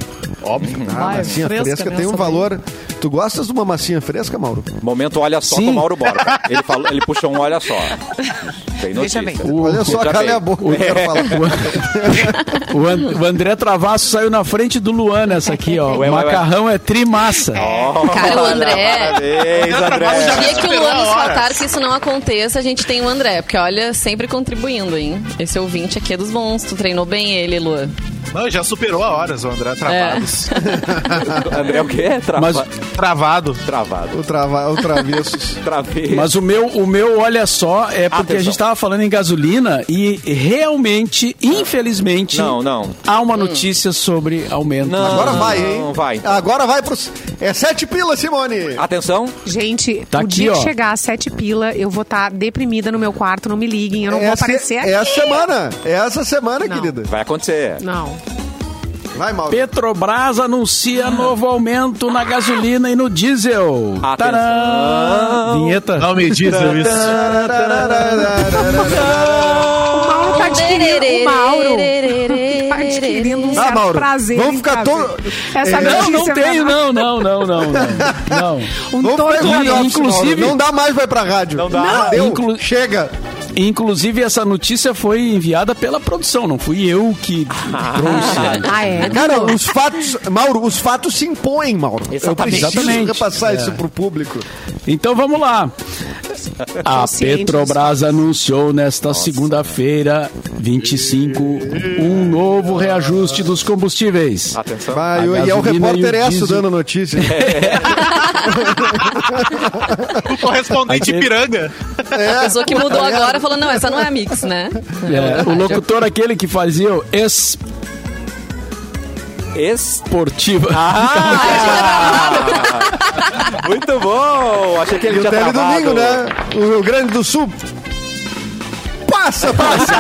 Speaker 3: Óbvio.
Speaker 6: Ah,
Speaker 2: Vai,
Speaker 6: massinha
Speaker 2: fresca,
Speaker 6: fresca,
Speaker 2: né,
Speaker 6: tem um
Speaker 2: sobre-
Speaker 6: valor. Tu gostas de uma massinha fresca, Mauro?
Speaker 1: Momento, olha só
Speaker 5: Sim.
Speaker 1: do Mauro Borba. Ele, falou, ele puxou um olha só. Tem notícia.
Speaker 2: Veja bem.
Speaker 3: Uh,
Speaker 6: Olha só,
Speaker 1: Veja bem.
Speaker 6: calha a boca. eu quero falar.
Speaker 5: O, An- o André Travasso saiu na frente do Luan nessa aqui, ó.
Speaker 1: Ué, ué,
Speaker 5: o
Speaker 1: ué.
Speaker 5: macarrão é trimassa.
Speaker 4: Cara, o André.
Speaker 1: Parabéns,
Speaker 3: trabalho
Speaker 1: André.
Speaker 3: já-
Speaker 4: Queria que o
Speaker 3: Esperar
Speaker 4: Luan nos
Speaker 3: horas.
Speaker 4: faltar que isso não aconteça, a gente tem o André, porque olha, sempre contribuindo, hein? Esse ouvinte aqui é dos bons, tu treinou bem ele, Luan.
Speaker 3: Não, já superou a horas, o André Travados.
Speaker 4: É.
Speaker 1: André, o quê? Trava...
Speaker 5: Mas-
Speaker 3: Travado.
Speaker 1: Travado.
Speaker 6: O, trava, o travessos.
Speaker 1: Travei.
Speaker 5: Mas o meu, o meu, olha só, é porque a
Speaker 1: Atenção.
Speaker 5: gente tava falando em gasolina e realmente, infelizmente,
Speaker 1: Não, não.
Speaker 5: há uma notícia sobre aumento.
Speaker 1: Não.
Speaker 3: Ah,
Speaker 6: Agora vai, hein?
Speaker 1: Não, vai.
Speaker 6: Agora vai pros. É sete pilas, Simone!
Speaker 3: Ah,
Speaker 1: Atenção.
Speaker 2: Gente,
Speaker 5: Tá
Speaker 2: o
Speaker 5: aqui,
Speaker 2: dia
Speaker 5: ó.
Speaker 2: que chegar às sete pila, eu vou estar deprimida no meu quarto, não me liguem, eu não vou
Speaker 6: Essa-
Speaker 2: aparecer aqui.
Speaker 6: É a semana. É essa semana,
Speaker 2: Não.
Speaker 6: querida.
Speaker 1: Vai acontecer.
Speaker 2: Não.
Speaker 6: Vai, Mauro.
Speaker 5: Petrobras
Speaker 3: Ah.
Speaker 5: anuncia novo aumento na gasolina e no diesel.
Speaker 1: Atenção.
Speaker 5: Tadã! Vinheta.
Speaker 3: Não me diz isso.
Speaker 2: O Mauro tá adquirindo. O Mauro tá adquirindo um
Speaker 6: Tá,
Speaker 2: certo
Speaker 6: Mauro,
Speaker 2: prazer.
Speaker 6: vamos
Speaker 2: em
Speaker 6: ficar
Speaker 2: casa.
Speaker 6: todo-
Speaker 2: Essa
Speaker 6: É.
Speaker 5: Não,
Speaker 2: notícia
Speaker 5: não
Speaker 2: vai
Speaker 5: tenho,
Speaker 2: dar
Speaker 5: não, não, não, não, não. Não.
Speaker 2: Um
Speaker 6: Vamos pra
Speaker 2: todo
Speaker 6: home office,
Speaker 5: inclusive-
Speaker 6: Mauro. Não dá mais vai pra rádio.
Speaker 1: Não dá. Não.
Speaker 6: Deu.
Speaker 5: Inclu-
Speaker 6: Chega.
Speaker 5: Inclusive, essa notícia foi enviada pela produção, não fui eu que trouxe.
Speaker 2: Ah, é?
Speaker 6: Cara, os fatos... Mauro, os fatos se impõem, Mauro.
Speaker 1: Exatamente.
Speaker 6: Eu preciso
Speaker 5: Exatamente. É.
Speaker 6: repassar isso pro público.
Speaker 5: Então vamos lá. A
Speaker 2: ciente
Speaker 5: Petrobras anunciou nesta segunda-feira, 25, um novo reajuste dos combustíveis.
Speaker 1: Atenção.
Speaker 6: Vai,
Speaker 5: A
Speaker 6: e é o
Speaker 5: gasolina
Speaker 6: repórter
Speaker 5: e o
Speaker 6: essa
Speaker 5: diesel.
Speaker 6: dando notícia.
Speaker 1: É,
Speaker 3: O correspondente
Speaker 5: Aquele-
Speaker 3: piranga.
Speaker 4: A pessoa que mudou agora falou, não, essa não é a Mix, né?
Speaker 5: É, o locutor aquele que fazia o
Speaker 1: Esse...
Speaker 5: esportiva.
Speaker 3: Ah,
Speaker 1: Muito bom. Achei que
Speaker 6: E
Speaker 1: ele tá
Speaker 6: o
Speaker 1: tinha
Speaker 6: Tele
Speaker 1: travado.
Speaker 6: Domingo, né? O Rio Grande do Sul. Passa, passa.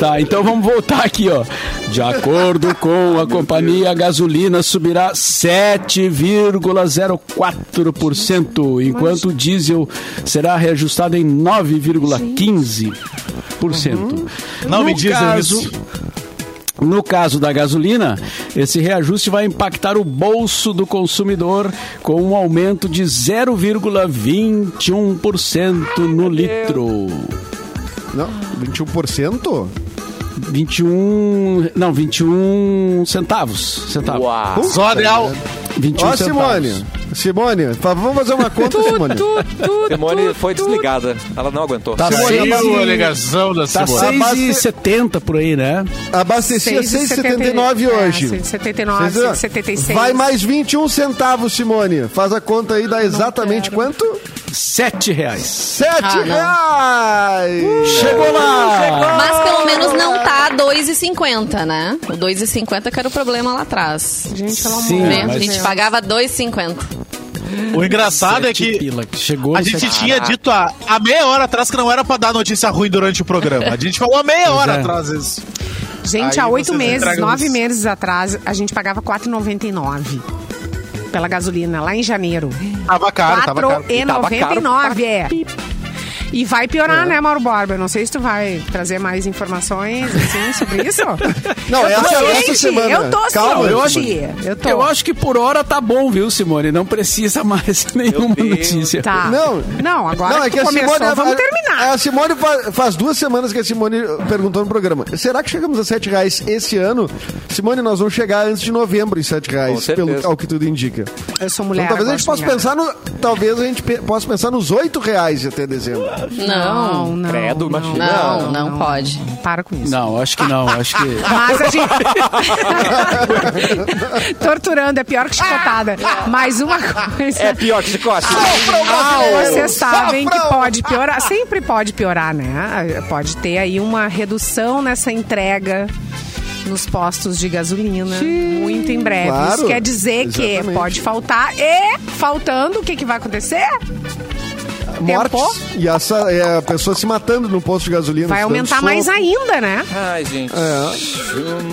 Speaker 5: Tá, então vamos voltar aqui, ó. De acordo com a companhia, a gasolina subirá 7,04%, enquanto o diesel será reajustado em 9,15%.
Speaker 3: Não
Speaker 5: No
Speaker 3: me dizem
Speaker 5: caso-
Speaker 3: isso.
Speaker 5: No caso da gasolina, esse reajuste vai impactar o bolso do consumidor com um aumento de 0,21% no litro.
Speaker 6: Não, 21%?
Speaker 5: 21. Não, 21 centavos. centavos.
Speaker 1: Uau.
Speaker 3: Zodial.
Speaker 5: 21
Speaker 6: Ó,
Speaker 5: centavos.
Speaker 6: Simone. Simone, fa- vamos fazer uma conta, Simone.
Speaker 1: Simone foi desligada. Ela não aguentou.
Speaker 5: Tá
Speaker 6: Simone,
Speaker 5: seis
Speaker 6: é uma
Speaker 5: e-
Speaker 3: alegação da
Speaker 5: Tá
Speaker 3: Simone.
Speaker 6: A base-
Speaker 5: 6,70 por aí, né?
Speaker 6: Abastecia 6,79
Speaker 2: é,
Speaker 6: hoje.
Speaker 2: 6,79, 6,76.
Speaker 6: Vai mais 21 centavos, Simone. Faz a conta aí, dá exatamente quanto?
Speaker 5: 7 reais.
Speaker 6: 7
Speaker 2: Ah,
Speaker 6: reais!
Speaker 5: Chegou lá!
Speaker 4: Mas pelo menos não tá 2,50, né? O 2,50 que era o problema lá atrás.
Speaker 2: Gente, pelo amor
Speaker 5: Sim,
Speaker 2: de
Speaker 4: né?
Speaker 5: mas-
Speaker 4: A gente pagava 2,50.
Speaker 3: O engraçado é que
Speaker 5: Pila, chegou
Speaker 3: a
Speaker 5: no
Speaker 3: gente
Speaker 5: sete-
Speaker 3: tinha dito há, há meia hora atrás que não era pra dar notícia ruim durante o programa. A gente falou há meia hora
Speaker 5: é.
Speaker 3: atrás isso.
Speaker 2: Gente,
Speaker 3: Aí
Speaker 2: há oito
Speaker 3: vocês
Speaker 2: meses,
Speaker 3: entregam
Speaker 2: nove
Speaker 3: isso.
Speaker 2: meses atrás, a gente pagava 4,99 pela gasolina, lá em janeiro.
Speaker 3: Tava caro, tava caro.
Speaker 1: E tava caro pra
Speaker 2: 4,99 é. E vai piorar, né, Mauro Borba? Eu Não sei se tu vai trazer mais informações assim, sobre isso.
Speaker 6: Não,
Speaker 2: eu
Speaker 6: essa
Speaker 2: tô
Speaker 6: é outra
Speaker 2: ciente,
Speaker 6: semana.
Speaker 2: Eu tô
Speaker 6: Calma,
Speaker 2: ciente.
Speaker 6: eu
Speaker 5: acho-
Speaker 2: eu tô.
Speaker 5: Eu acho que por hora tá bom, viu, Simone? Não precisa mais nenhuma
Speaker 1: Deus.
Speaker 5: notícia.
Speaker 2: Tá.
Speaker 6: Não. é assim,
Speaker 2: Não, agora que, tu começou, vamos terminar.
Speaker 6: A Simone faz, faz duas semanas que a Simone perguntou no programa: será que chegamos a R$ 7 reais esse ano? Simone, nós vamos chegar antes de novembro em R$ 7 reais,
Speaker 1: certeza.
Speaker 6: pelo, ao que tudo indica.
Speaker 2: Eu sou mulher.
Speaker 6: então, talvez a
Speaker 2: eu
Speaker 6: gente
Speaker 2: gosto
Speaker 6: possa
Speaker 2: de mulher.
Speaker 6: pensar no. Talvez a gente pe- possa pensar nos 8 reais até dezembro.
Speaker 4: Não,
Speaker 2: Não, não.
Speaker 1: Credo,
Speaker 2: não,
Speaker 1: imagina.
Speaker 4: não, não pode.
Speaker 2: Para com isso.
Speaker 5: Não, acho que não. Acho que.
Speaker 2: Mas a gente. Torturando, é pior que chicotada. Mais uma coisa.
Speaker 1: É pior que chicote.
Speaker 2: Vocês sabem que pode piorar, sempre pode piorar, né? Pode ter aí uma redução nessa entrega nos postos de gasolina muito em breve. Isso
Speaker 6: claro.
Speaker 2: quer dizer que
Speaker 6: Exatamente.
Speaker 2: pode faltar e faltando, o que, que vai acontecer?
Speaker 6: Mortes. E essa, é, a pessoa se matando no posto de gasolina.
Speaker 2: Vai
Speaker 6: se dando
Speaker 2: aumentar
Speaker 6: soco.
Speaker 2: mais ainda, né?
Speaker 1: Ai, gente.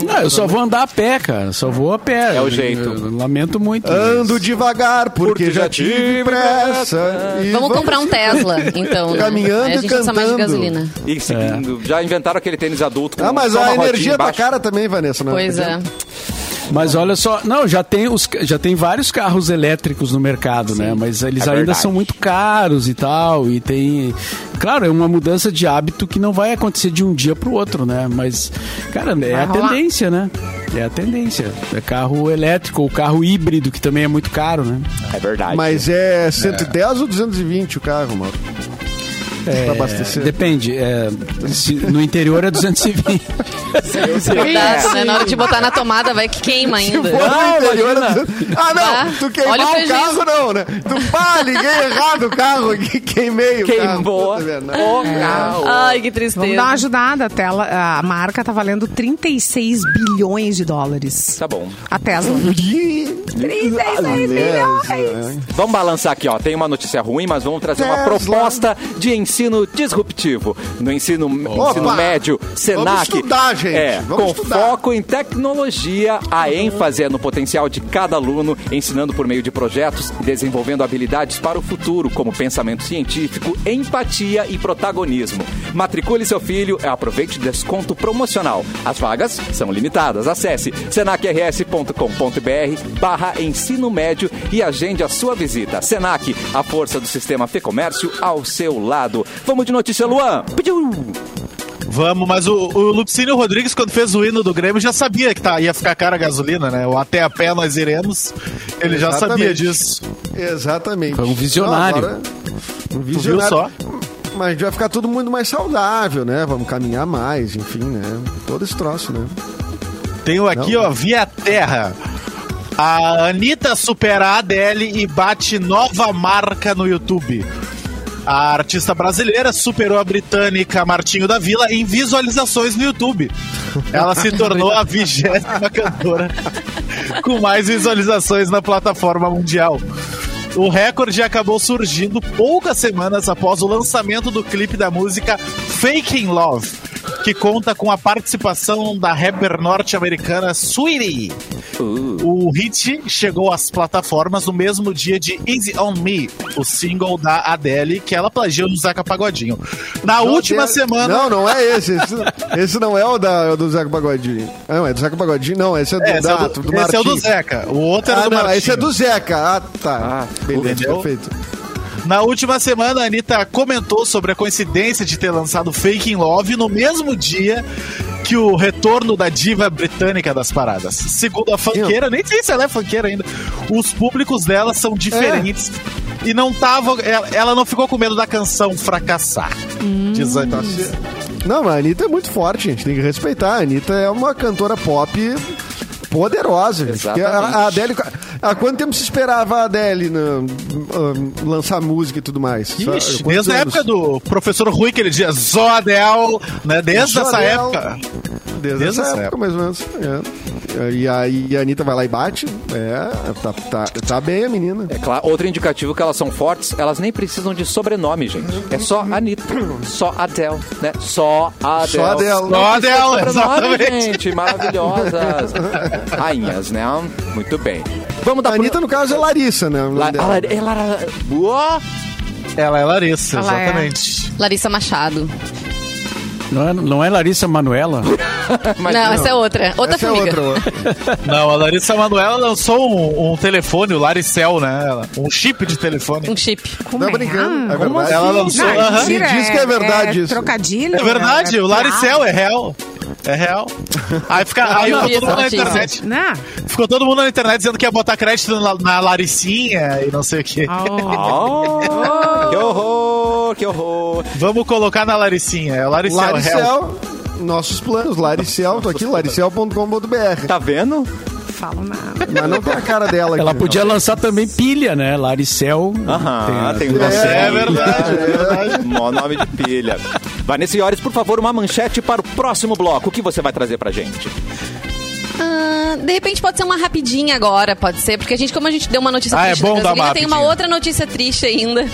Speaker 5: Não, eu só vou andar a pé, cara. Só vou a pé.
Speaker 1: É o jeito.
Speaker 5: Eu lamento muito.
Speaker 6: Ando devagar, porque,
Speaker 1: Porque já
Speaker 6: já tive
Speaker 1: tive
Speaker 6: pressa. E
Speaker 4: Vamos comprar um Tesla, então. né?
Speaker 6: Caminhando
Speaker 4: Aí a
Speaker 6: e
Speaker 4: gente usa mais de
Speaker 6: cantando.
Speaker 4: gasolina.
Speaker 1: E seguindo, já inventaram aquele tênis adulto com
Speaker 6: Ah, mas
Speaker 1: só uma
Speaker 6: a
Speaker 1: rodinha
Speaker 6: energia tá
Speaker 1: embaixo.
Speaker 6: cara também, Vanessa. Não
Speaker 4: Pois é.
Speaker 5: Mas olha só, não, já tem, os, já tem vários carros elétricos no mercado, né? Mas eles
Speaker 1: é
Speaker 5: ainda
Speaker 1: verdade.
Speaker 5: são muito caros e tal. E tem. Claro, é uma mudança de hábito que não vai acontecer de um dia pro outro, né? Mas, cara, é a
Speaker 2: rolar.
Speaker 5: tendência, né? É a tendência. É carro elétrico ou carro híbrido, que também é muito caro, né?
Speaker 1: É verdade.
Speaker 6: Mas é 110 ou 220 o carro, mano?
Speaker 1: É.
Speaker 6: pra abastecer.
Speaker 5: Depende. é, se- no interior é 220.
Speaker 1: É
Speaker 6: é
Speaker 4: Verdade, né? Na hora de botar na tomada, vai que queima ainda.
Speaker 6: Pô,
Speaker 5: Não,
Speaker 6: no interior
Speaker 5: imagina.
Speaker 6: era 200. Ah, não!
Speaker 4: Ah,
Speaker 6: tu queimar
Speaker 4: olha o
Speaker 6: o,
Speaker 4: prejuízo.
Speaker 6: carro, não, né? Tu pá, liguei errado o carro aqui, queimei o
Speaker 1: Queimou. Ah.
Speaker 6: carro. Puta merda.
Speaker 1: o carro.
Speaker 4: Ai,
Speaker 2: Vamos dar uma
Speaker 4: que tristeza.
Speaker 2: ajudada. A, tela, a marca tá valendo 36 bilhões de dólares.
Speaker 1: Tá bom.
Speaker 2: A Tesla.
Speaker 6: Uhum. Ih, é, né?
Speaker 2: 36 bilhões!
Speaker 4: é
Speaker 1: Vamos balançar aqui, ó. Tem uma notícia ruim, mas vamos trazer uma
Speaker 6: Tesla.
Speaker 1: proposta de ensino disruptivo. No ensino, ensino médio, Senac.
Speaker 6: estudar, gente.
Speaker 1: É,
Speaker 6: Vamos
Speaker 1: com
Speaker 6: estudar.
Speaker 1: foco em tecnologia, a ênfase é no potencial de cada aluno, ensinando por meio de projetos, e desenvolvendo habilidades para o futuro, como pensamento científico, empatia e protagonismo. Matricule seu filho e aproveite o desconto promocional. As vagas são limitadas. Acesse senacrs.com.br barra ensino médio e agende a sua visita. Senac, a força do sistema Fê Comércio ao seu lado. Vamos de notícia, Luan.
Speaker 3: Vamos, mas o, o Lupicínio Rodrigues, quando fez o hino do Grêmio, já sabia que tá, ia ficar cara a gasolina, né? O até a pé nós iremos. Ele já
Speaker 6: Exatamente.
Speaker 3: sabia disso.
Speaker 6: Exatamente.
Speaker 5: Foi um visionário.
Speaker 6: Não, agora, um visionário.
Speaker 3: só?
Speaker 6: Mas a gente vai ficar todo mundo mais saudável, né? Vamos caminhar mais, enfim, né? Todo esse troço, né?
Speaker 3: Tenho aqui,
Speaker 6: Não.
Speaker 3: ó, Via Terra. A Anitta supera a Adele e bate nova marca no YouTube. A artista brasileira superou a britânica Martinho da Vila em visualizações no YouTube. Ela se tornou a vigésima cantora com mais visualizações na plataforma mundial. O recorde acabou surgindo poucas semanas após o lançamento do clipe da música Faking Love, que conta com a participação da rapper norte-americana Sweetie. O hit chegou às plataformas no mesmo dia de Easy On Me, o single da Adele, que ela plagiou do Zeca Pagodinho. Na
Speaker 6: Não,
Speaker 3: última
Speaker 6: tem-
Speaker 3: semana...
Speaker 6: Não, não é esse. Esse, esse não é o, da, é o do Zeca Pagodinho. Não, é do Zeca Pagodinho, não. Esse é do,
Speaker 3: É, esse,
Speaker 6: da,
Speaker 3: é o do, esse é o do
Speaker 6: Martim.
Speaker 3: Zeca. O outro era
Speaker 6: Ah,
Speaker 3: do
Speaker 6: não,
Speaker 3: Martinho.
Speaker 6: esse é do Zeca. Ah, tá.
Speaker 1: Ah,
Speaker 6: Beleza,
Speaker 3: entendeu?
Speaker 6: perfeito.
Speaker 3: Na última semana, a Anitta comentou sobre a coincidência de ter lançado Fake in Love no mesmo dia que o retorno da diva britânica das paradas. Segundo a funkeira, nem sei se ela é funkeira ainda, os públicos dela são diferentes. E não tava. Ela ela não ficou com medo da canção fracassar. Diz a
Speaker 6: Tá certo. Não, mas a Anitta é muito forte, gente. Tem que respeitar. A Anitta é uma cantora pop poderosa. gente. Porque A, a Adele... Há quanto tempo se esperava a Adele no- um, lançar música e tudo mais? Só-
Speaker 3: Ixi,
Speaker 6: quantos
Speaker 3: desde a
Speaker 6: anos?
Speaker 3: época do professor Rui, que ele dizia Zodel, né? Desde essa
Speaker 6: Jorel.
Speaker 3: época.
Speaker 6: Desde,
Speaker 3: Desde
Speaker 6: essa
Speaker 3: essa
Speaker 6: época,
Speaker 3: época.
Speaker 6: mais ou menos. É. E aí a Anitta vai lá e bate. É, tá, tá, tá bem a menina.
Speaker 1: É claro, outro indicativo que elas são fortes, elas nem precisam de sobrenome, gente. É só Anitta, só Adele, né? Só Adele.
Speaker 6: Só Adele.
Speaker 1: Não
Speaker 3: Só
Speaker 1: precisa de
Speaker 3: Adele,
Speaker 1: sobrenome,
Speaker 3: exatamente.
Speaker 1: gente. Maravilhosas. Rainhas, né? Muito bem. Vamos dar
Speaker 6: A Anitta, no caso, é Larissa, né?
Speaker 1: La... A Lara- é Lara- Uó!
Speaker 3: Ela é Larissa,
Speaker 2: Ela é.
Speaker 3: exatamente.
Speaker 4: Larissa Machado.
Speaker 5: Não é, não é Larissa Manuela?
Speaker 4: não, essa é outra. Outra
Speaker 6: Essa é
Speaker 4: formiga.
Speaker 6: outra. outra.
Speaker 3: Não, a Larissa Manoela lançou um, um telefone, o Laricel, né? Ela- Um chip de telefone.
Speaker 4: Um chip.
Speaker 2: Como
Speaker 6: Não é
Speaker 2: é?
Speaker 6: brincando. É
Speaker 2: Ah,
Speaker 3: Como
Speaker 6: verdade.
Speaker 3: assim?
Speaker 6: Ela
Speaker 2: não,
Speaker 3: lançou-
Speaker 2: é
Speaker 3: Aham.
Speaker 2: mentira,
Speaker 6: Me diz que é verdade isso.
Speaker 2: Trocadilho.
Speaker 3: É verdade, o Laricel é real. É real. Aí fica. Aí
Speaker 4: Não,
Speaker 3: ficou todo
Speaker 4: isso,
Speaker 3: mundo na
Speaker 4: isso.
Speaker 3: internet.
Speaker 2: Não.
Speaker 3: Ficou todo mundo na internet dizendo que ia botar crédito na, na Laricinha e não sei o quê.
Speaker 2: Oh.
Speaker 1: Oh, que horror, que horror.
Speaker 3: Vamos colocar na Laricinha. É o Laricel, é real.
Speaker 6: Laricel, nossos planos. Laricel, tô aqui, laricel.com.br.
Speaker 1: Tá vendo?
Speaker 2: Falo nada.
Speaker 6: Mas não tem a cara dela aqui.
Speaker 5: Ela podia lançar também pilha, né? Laricel.
Speaker 1: Aham, tem,
Speaker 6: É,
Speaker 1: uma série.
Speaker 3: é verdade, é verdade.
Speaker 1: Mó nome de pilha. Vanessa Iores, por favor, uma manchete para o próximo bloco. O que você vai trazer pra gente?
Speaker 4: Ah, de repente pode ser uma rapidinha agora, pode ser, porque a gente, como a gente deu uma notícia
Speaker 3: Ah, é
Speaker 4: triste
Speaker 3: bom
Speaker 4: da
Speaker 3: dar uma
Speaker 4: gasolina, tem uma
Speaker 3: rapidinha.
Speaker 4: outra notícia triste ainda.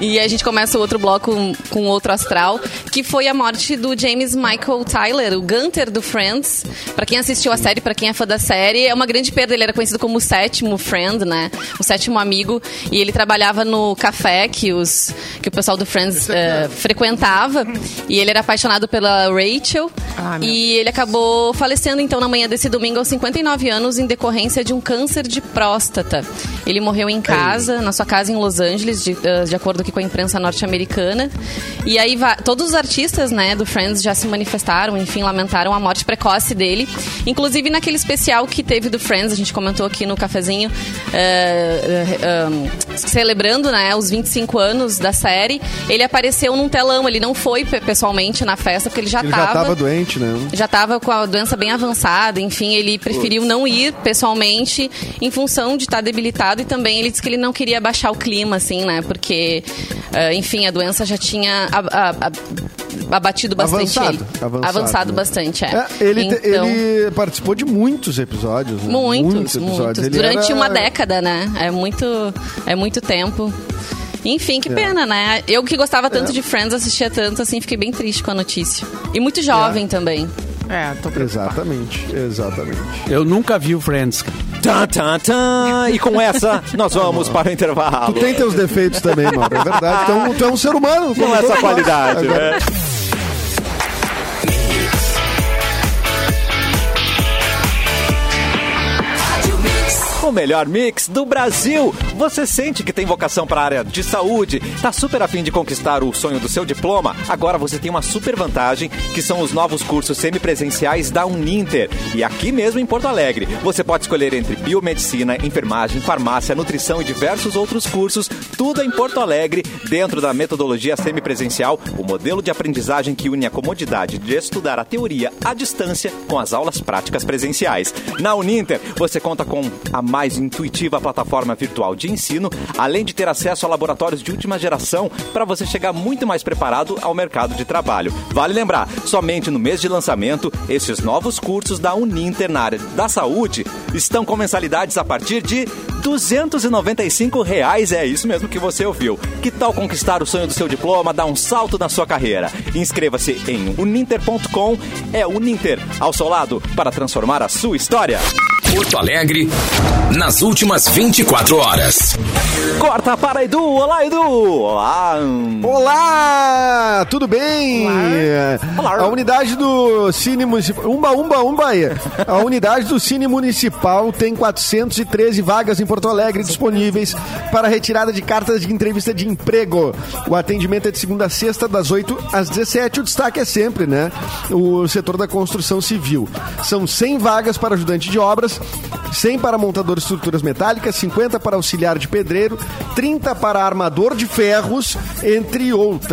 Speaker 4: E a gente começa o outro bloco com- com outro astral, que foi a morte do James Michael Tyler, o Gunter do Friends. Pra quem assistiu a série, pra quem é fã da série, é uma grande perda. Ele era conhecido como o sétimo friend, né? O sétimo amigo. E ele trabalhava no café que, os, que o pessoal do Friends
Speaker 2: é-
Speaker 4: eh, frequentava. E ele era apaixonado pela Rachel.
Speaker 2: Ah, meu
Speaker 4: e e ele acabou falecendo então na manhã desse domingo aos 59 anos em decorrência de um câncer de próstata. Ele morreu em casa, na sua casa em Los Angeles, de, eh, de acordo aqui com a imprensa norte-americana. E aí va- todos os artistas, né, do Friends já se manifestaram, enfim, lamentaram a morte precoce dele. Inclusive naquele especial que teve do Friends, a gente comentou aqui no cafezinho, eh, eh, eh, celebrando, né, os 25 anos da série. Ele apareceu num telão, ele não foi pe- pessoalmente na festa porque ele já
Speaker 6: Ele já tava doente, né?
Speaker 4: já estava com a doença bem avançada, enfim, ele preferiu não ir pessoalmente em função de estar debilitado e também ele disse que ele não queria baixar o clima, assim, né? Porque, ah, enfim, a doença já tinha ab- ab- ab- abatido bastante
Speaker 6: Avançado,
Speaker 4: ele.
Speaker 6: avançado, né?
Speaker 4: bastante, é.
Speaker 6: É, ele, te-
Speaker 4: Então,
Speaker 6: ele participou de muitos episódios. né?
Speaker 4: Muitos, muitos.
Speaker 6: Ele
Speaker 4: Durante
Speaker 6: era-
Speaker 4: uma década, né? É muito, é muito tempo. Enfim,
Speaker 6: É.
Speaker 4: que pena, né? Eu que gostava tanto de Friends, assistia tanto, assim, fiquei bem triste com a notícia. E muito jovem também.
Speaker 2: É, tô preocupada.
Speaker 6: Exatamente, exatamente.
Speaker 5: Eu nunca vi o Friends. cara.
Speaker 1: Tan, tan, tan. Tá, E com essa, nós vamos para o intervalo.
Speaker 6: Tu tem teus defeitos também, mano. É verdade. Tu é um, tu é um ser humano.
Speaker 1: com
Speaker 6: como
Speaker 1: essa
Speaker 6: todos nós.
Speaker 1: qualidade,
Speaker 6: Agora-
Speaker 1: né? O melhor mix do Brasil. Você sente que tem vocação para a área de saúde? Tá super afim de conquistar o sonho do seu diploma? Agora você tem uma super vantagem, que são os novos cursos semipresenciais da Uninter. E aqui mesmo em Porto Alegre, você pode escolher entre biomedicina, enfermagem, farmácia, nutrição e diversos outros cursos, tudo em Porto Alegre, dentro da metodologia semipresencial, o modelo de aprendizagem que une a comodidade de estudar a teoria à distância com as aulas práticas presenciais. Na Uninter, você conta com a mais intuitiva plataforma virtual de ensino, além de ter acesso a laboratórios de última geração para você chegar muito mais preparado ao mercado de trabalho. Vale lembrar, somente no mês de lançamento, esses novos cursos da Uninter na área da saúde estão com mensalidades a partir de R$ 295 reais. É isso mesmo que você ouviu. Que tal conquistar o sonho do seu diploma, dar um salto na sua carreira? Inscreva-se em uninter.com. É Uninter, ao seu lado, para transformar a sua história.
Speaker 7: Porto Alegre, nas últimas 24 horas.
Speaker 1: Corta para Edu. Olá, Edu. Olá. hum.
Speaker 6: Olá, tudo bem?
Speaker 1: Olá.
Speaker 6: A unidade do Cine Municipal. Umba, umba, umba aí. A unidade do Cine Municipal tem 413 vagas em Porto Alegre disponíveis para retirada de cartas de entrevista de emprego. O atendimento é de segunda a sexta, das 8 às 17. O destaque é sempre, né? O setor da construção civil. São 100 vagas para ajudante de obras, 100 para montador de estruturas metálicas, 50 para auxiliar de pedreiro, 30 para armador de ferros, entre outras.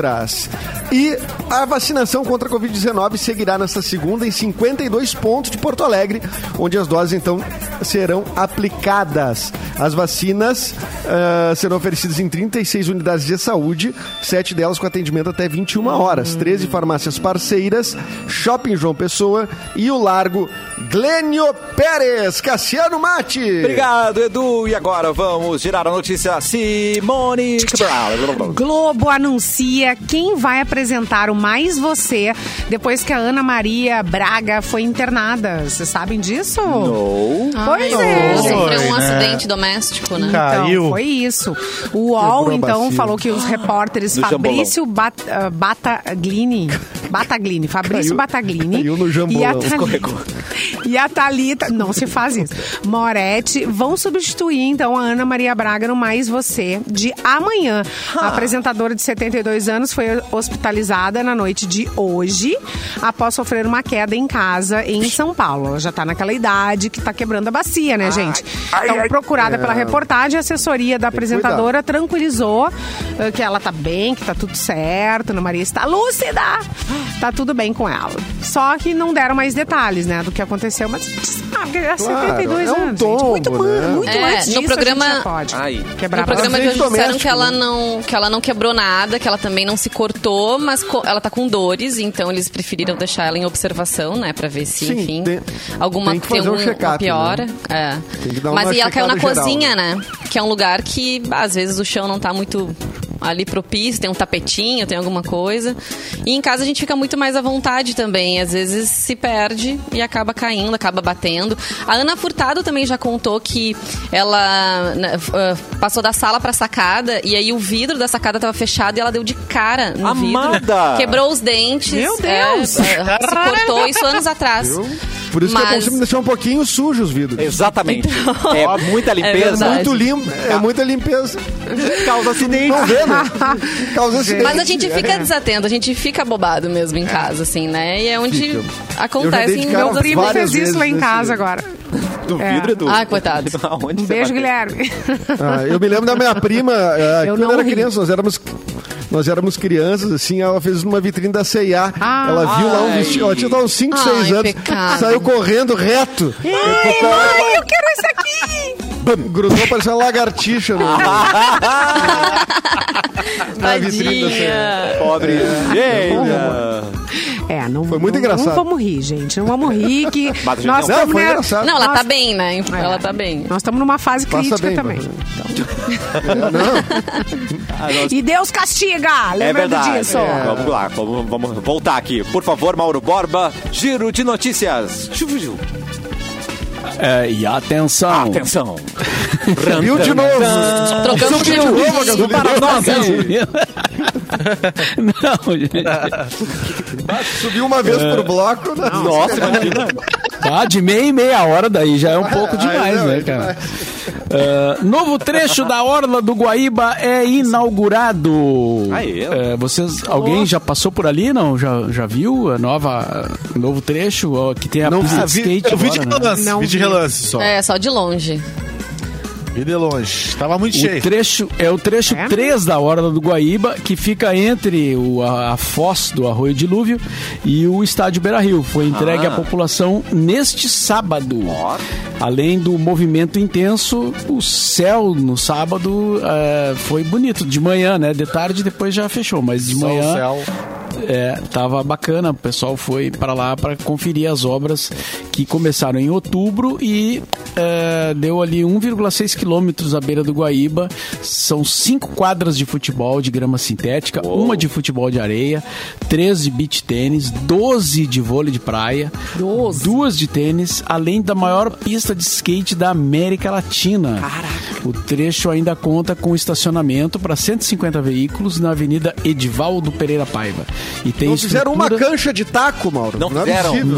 Speaker 6: E a vacinação contra a Covid-19 seguirá nesta segunda em 52 pontos de Porto Alegre, onde as doses então serão aplicadas. As vacinas ah, serão oferecidas em 36 unidades de saúde, 7 delas com atendimento até 21 horas, 13 farmácias parceiras, Shopping João Pessoa e o Largo Glênio Pérez. Cassiano Mate!
Speaker 1: Obrigado, Edu. E agora vamos girar a notícia Simone Cabral.
Speaker 2: Globo anuncia quem vai apresentar o Mais Você depois que a Ana Maria Braga foi internada. Vocês sabem disso?
Speaker 1: Não.
Speaker 2: Pois é,
Speaker 4: Ou
Speaker 2: gente.
Speaker 4: sofreu
Speaker 3: Foi,
Speaker 4: um
Speaker 3: né?
Speaker 4: acidente doméstico, né?
Speaker 2: Então,
Speaker 3: Caiu.
Speaker 2: foi isso. O UOL,
Speaker 6: Quebrou a
Speaker 2: então,
Speaker 6: bacia.
Speaker 2: falou que os repórteres
Speaker 1: No
Speaker 2: Fabrício Bat, ah, Bataglini. Bataglini, Fabrício
Speaker 6: Caiu-
Speaker 2: Bataglini.
Speaker 6: caiu no
Speaker 2: e a
Speaker 6: jambolão,
Speaker 2: Thalita, e a Thalita. Não se faz isso. Moretti vão substituir, então, a Ana Maria Braga no Mais Você de amanhã. A apresentadora de 72 anos foi hospitalizada na noite de hoje após sofrer uma queda em casa em São Paulo. Ela já tá naquela idade que tá quebrando a bacia, né, gente? Então, procurada pela reportagem, a assessoria da apresentadora tranquilizou eh, que ela tá bem, que tá tudo certo, Ana Maria está lúcida, tá tudo bem com ela. Só que não deram mais detalhes, né, do que aconteceu, mas sabe, é 72
Speaker 6: é um
Speaker 2: anos, gente.
Speaker 6: tombo,
Speaker 2: Muito, man-
Speaker 6: né?
Speaker 2: muito
Speaker 4: É,
Speaker 2: antes
Speaker 4: no
Speaker 2: disso
Speaker 4: programa-
Speaker 2: a gente já pode
Speaker 1: Ai.
Speaker 2: quebrar
Speaker 4: No
Speaker 2: a bacia.
Speaker 4: programa de hoje
Speaker 6: Acidente
Speaker 4: disseram
Speaker 6: doméstico.
Speaker 4: que ela, não, que ela não quebrou nada, que ela também não se cortou, mas co- ela tá com dores, então eles preferiram deixar ela em observação, né? Pra ver se,
Speaker 6: Sim,
Speaker 4: enfim,
Speaker 6: tem-
Speaker 4: alguma
Speaker 6: tem que fazer um
Speaker 4: algum- uma
Speaker 6: check-up,
Speaker 4: piora.
Speaker 6: né?
Speaker 4: É.
Speaker 6: Tem que dar
Speaker 4: mas
Speaker 6: uma
Speaker 4: e ela caiu na
Speaker 6: checada geral,
Speaker 4: cozinha, né? Que é um lugar que às vezes o chão não tá muito ali propício, tem um tapetinho, tem alguma coisa. E em casa a gente fica muito mais à vontade também. Às vezes se perde e acaba caindo, acaba batendo. A Ana Furtado também já contou que ela né, f- ah, passou da sala pra sacada e aí o vidro da sacada tava fechado e ela deu de cara no vidro.
Speaker 1: Amada!
Speaker 4: Quebrou os dentes.
Speaker 2: Meu
Speaker 4: é,
Speaker 2: Deus!
Speaker 4: ah, se cortou isso anos atrás.
Speaker 6: Por isso que é bom
Speaker 4: Mas-
Speaker 6: sempre deixar um pouquinho sujo os vidros.
Speaker 1: Exatamente. é muita limpeza.
Speaker 4: verdade.
Speaker 6: Muito limpo, é muita limpeza.
Speaker 1: Causa acidente.
Speaker 6: Não vê, né? Causa acidente.
Speaker 4: Mas a gente fica
Speaker 6: É.
Speaker 4: desatento, a gente fica bobado mesmo em casa, assim, né? E é onde
Speaker 6: Eu já dei de
Speaker 4: acontecem
Speaker 6: cara
Speaker 4: meus
Speaker 2: Meu primo
Speaker 6: várias
Speaker 2: fez isso lá em
Speaker 6: vezes nesse-
Speaker 2: casa agora.
Speaker 1: Do
Speaker 2: É.
Speaker 1: vidro e do.
Speaker 4: Ah, coitado.
Speaker 1: Aonde
Speaker 2: Um
Speaker 1: você vai-
Speaker 2: beijo, Guilherme.
Speaker 6: Ah, eu me lembro da minha prima, ah,
Speaker 2: Eu
Speaker 6: quando
Speaker 2: não
Speaker 6: era
Speaker 2: ri.
Speaker 6: criança, nós éramos. Nós éramos crianças, assim, ela fez numa vitrine da C&A.
Speaker 2: Ah.
Speaker 6: ela viu lá um vestido, ela tinha lá uns 5,
Speaker 4: Ai,
Speaker 6: 6 anos,
Speaker 4: pecado.
Speaker 6: saiu correndo reto,
Speaker 2: Ai, mãe, eu quero isso aqui!
Speaker 6: bam, grudou, parecia uma lagartixa no,
Speaker 4: Ah,
Speaker 6: na vitrine da C&A.
Speaker 1: Pobre. Gente.
Speaker 2: É, não
Speaker 6: Foi muito
Speaker 2: não-
Speaker 6: engraçado.
Speaker 2: Não vamos rir, gente. Não vamos rir que
Speaker 1: Mas, gente,
Speaker 2: nós
Speaker 1: não,
Speaker 6: Não,
Speaker 2: estamos
Speaker 6: foi
Speaker 2: né,
Speaker 6: engraçado.
Speaker 4: Não, ela tá
Speaker 2: Nossa.
Speaker 4: bem, né? Ela tá bem.
Speaker 2: nós estamos numa fase
Speaker 6: Passa
Speaker 2: crítica
Speaker 6: bem.
Speaker 2: também.
Speaker 6: mas- Não,
Speaker 2: E Deus castiga!
Speaker 1: É
Speaker 2: Lembrando
Speaker 1: verdade.
Speaker 2: disso.
Speaker 1: É, Vamos lá, vamos, vamos voltar aqui. Por favor, Mauro Borba, giro de notícias. Chuvu, chuvu.
Speaker 5: É, e atenção.
Speaker 1: Atenção.
Speaker 6: viu de novo.
Speaker 4: Trocamos de
Speaker 1: Subiu para nós. né?
Speaker 5: Não, gente.
Speaker 6: Subiu uma vez por bloco. né?
Speaker 1: Nossa, imagina.
Speaker 5: Ah, de meia em meia hora daí já é um pouco
Speaker 6: Ah,
Speaker 5: demais,
Speaker 6: não,
Speaker 5: né,
Speaker 6: é
Speaker 5: cara? Ah, novo trecho da Orla do Guaíba é inaugurado.
Speaker 1: Aí, ó.
Speaker 5: É, vocês, alguém já passou por ali, não? Já, já viu a nova, novo trecho ó, que tem a pista
Speaker 3: Ah,
Speaker 5: de
Speaker 3: vi-
Speaker 5: skate
Speaker 3: eu vi de
Speaker 5: agora, né?
Speaker 3: relance,
Speaker 2: Não
Speaker 3: vi de
Speaker 2: vi.
Speaker 3: relance só.
Speaker 4: É, só de longe.
Speaker 3: Vi de longe. Tava muito
Speaker 5: O
Speaker 3: cheio.
Speaker 5: trecho é o trecho
Speaker 2: É?
Speaker 5: 3 da Orla do Guaíba, que fica entre o, a, a foz do Arroio Dilúvio e o estádio Beira Rio. Foi entregue
Speaker 1: Ah.
Speaker 5: à população neste sábado.
Speaker 1: Ó.
Speaker 5: Além do movimento intenso, o céu no sábado eh, foi bonito. De manhã, né? De tarde depois já fechou, mas de
Speaker 3: Só o
Speaker 5: manhã.
Speaker 3: céu.
Speaker 5: É, tava bacana, o pessoal foi para lá para conferir as obras que começaram em outubro e é, deu ali 1,6 quilômetros à beira do Guaíba. São cinco quadras de futebol de grama sintética, uma de futebol de areia, três de beach tênis, 12 de vôlei de praia, duas de tênis, além da maior pista de skate da América Latina. O trecho ainda conta com estacionamento para 150 veículos na Avenida Edivaldo Pereira Paiva. E tem
Speaker 6: Não Então fizeram uma
Speaker 5: estrutura-
Speaker 6: cancha de taco, Mauro.
Speaker 1: é Não
Speaker 6: é
Speaker 1: fizeram.
Speaker 6: possível.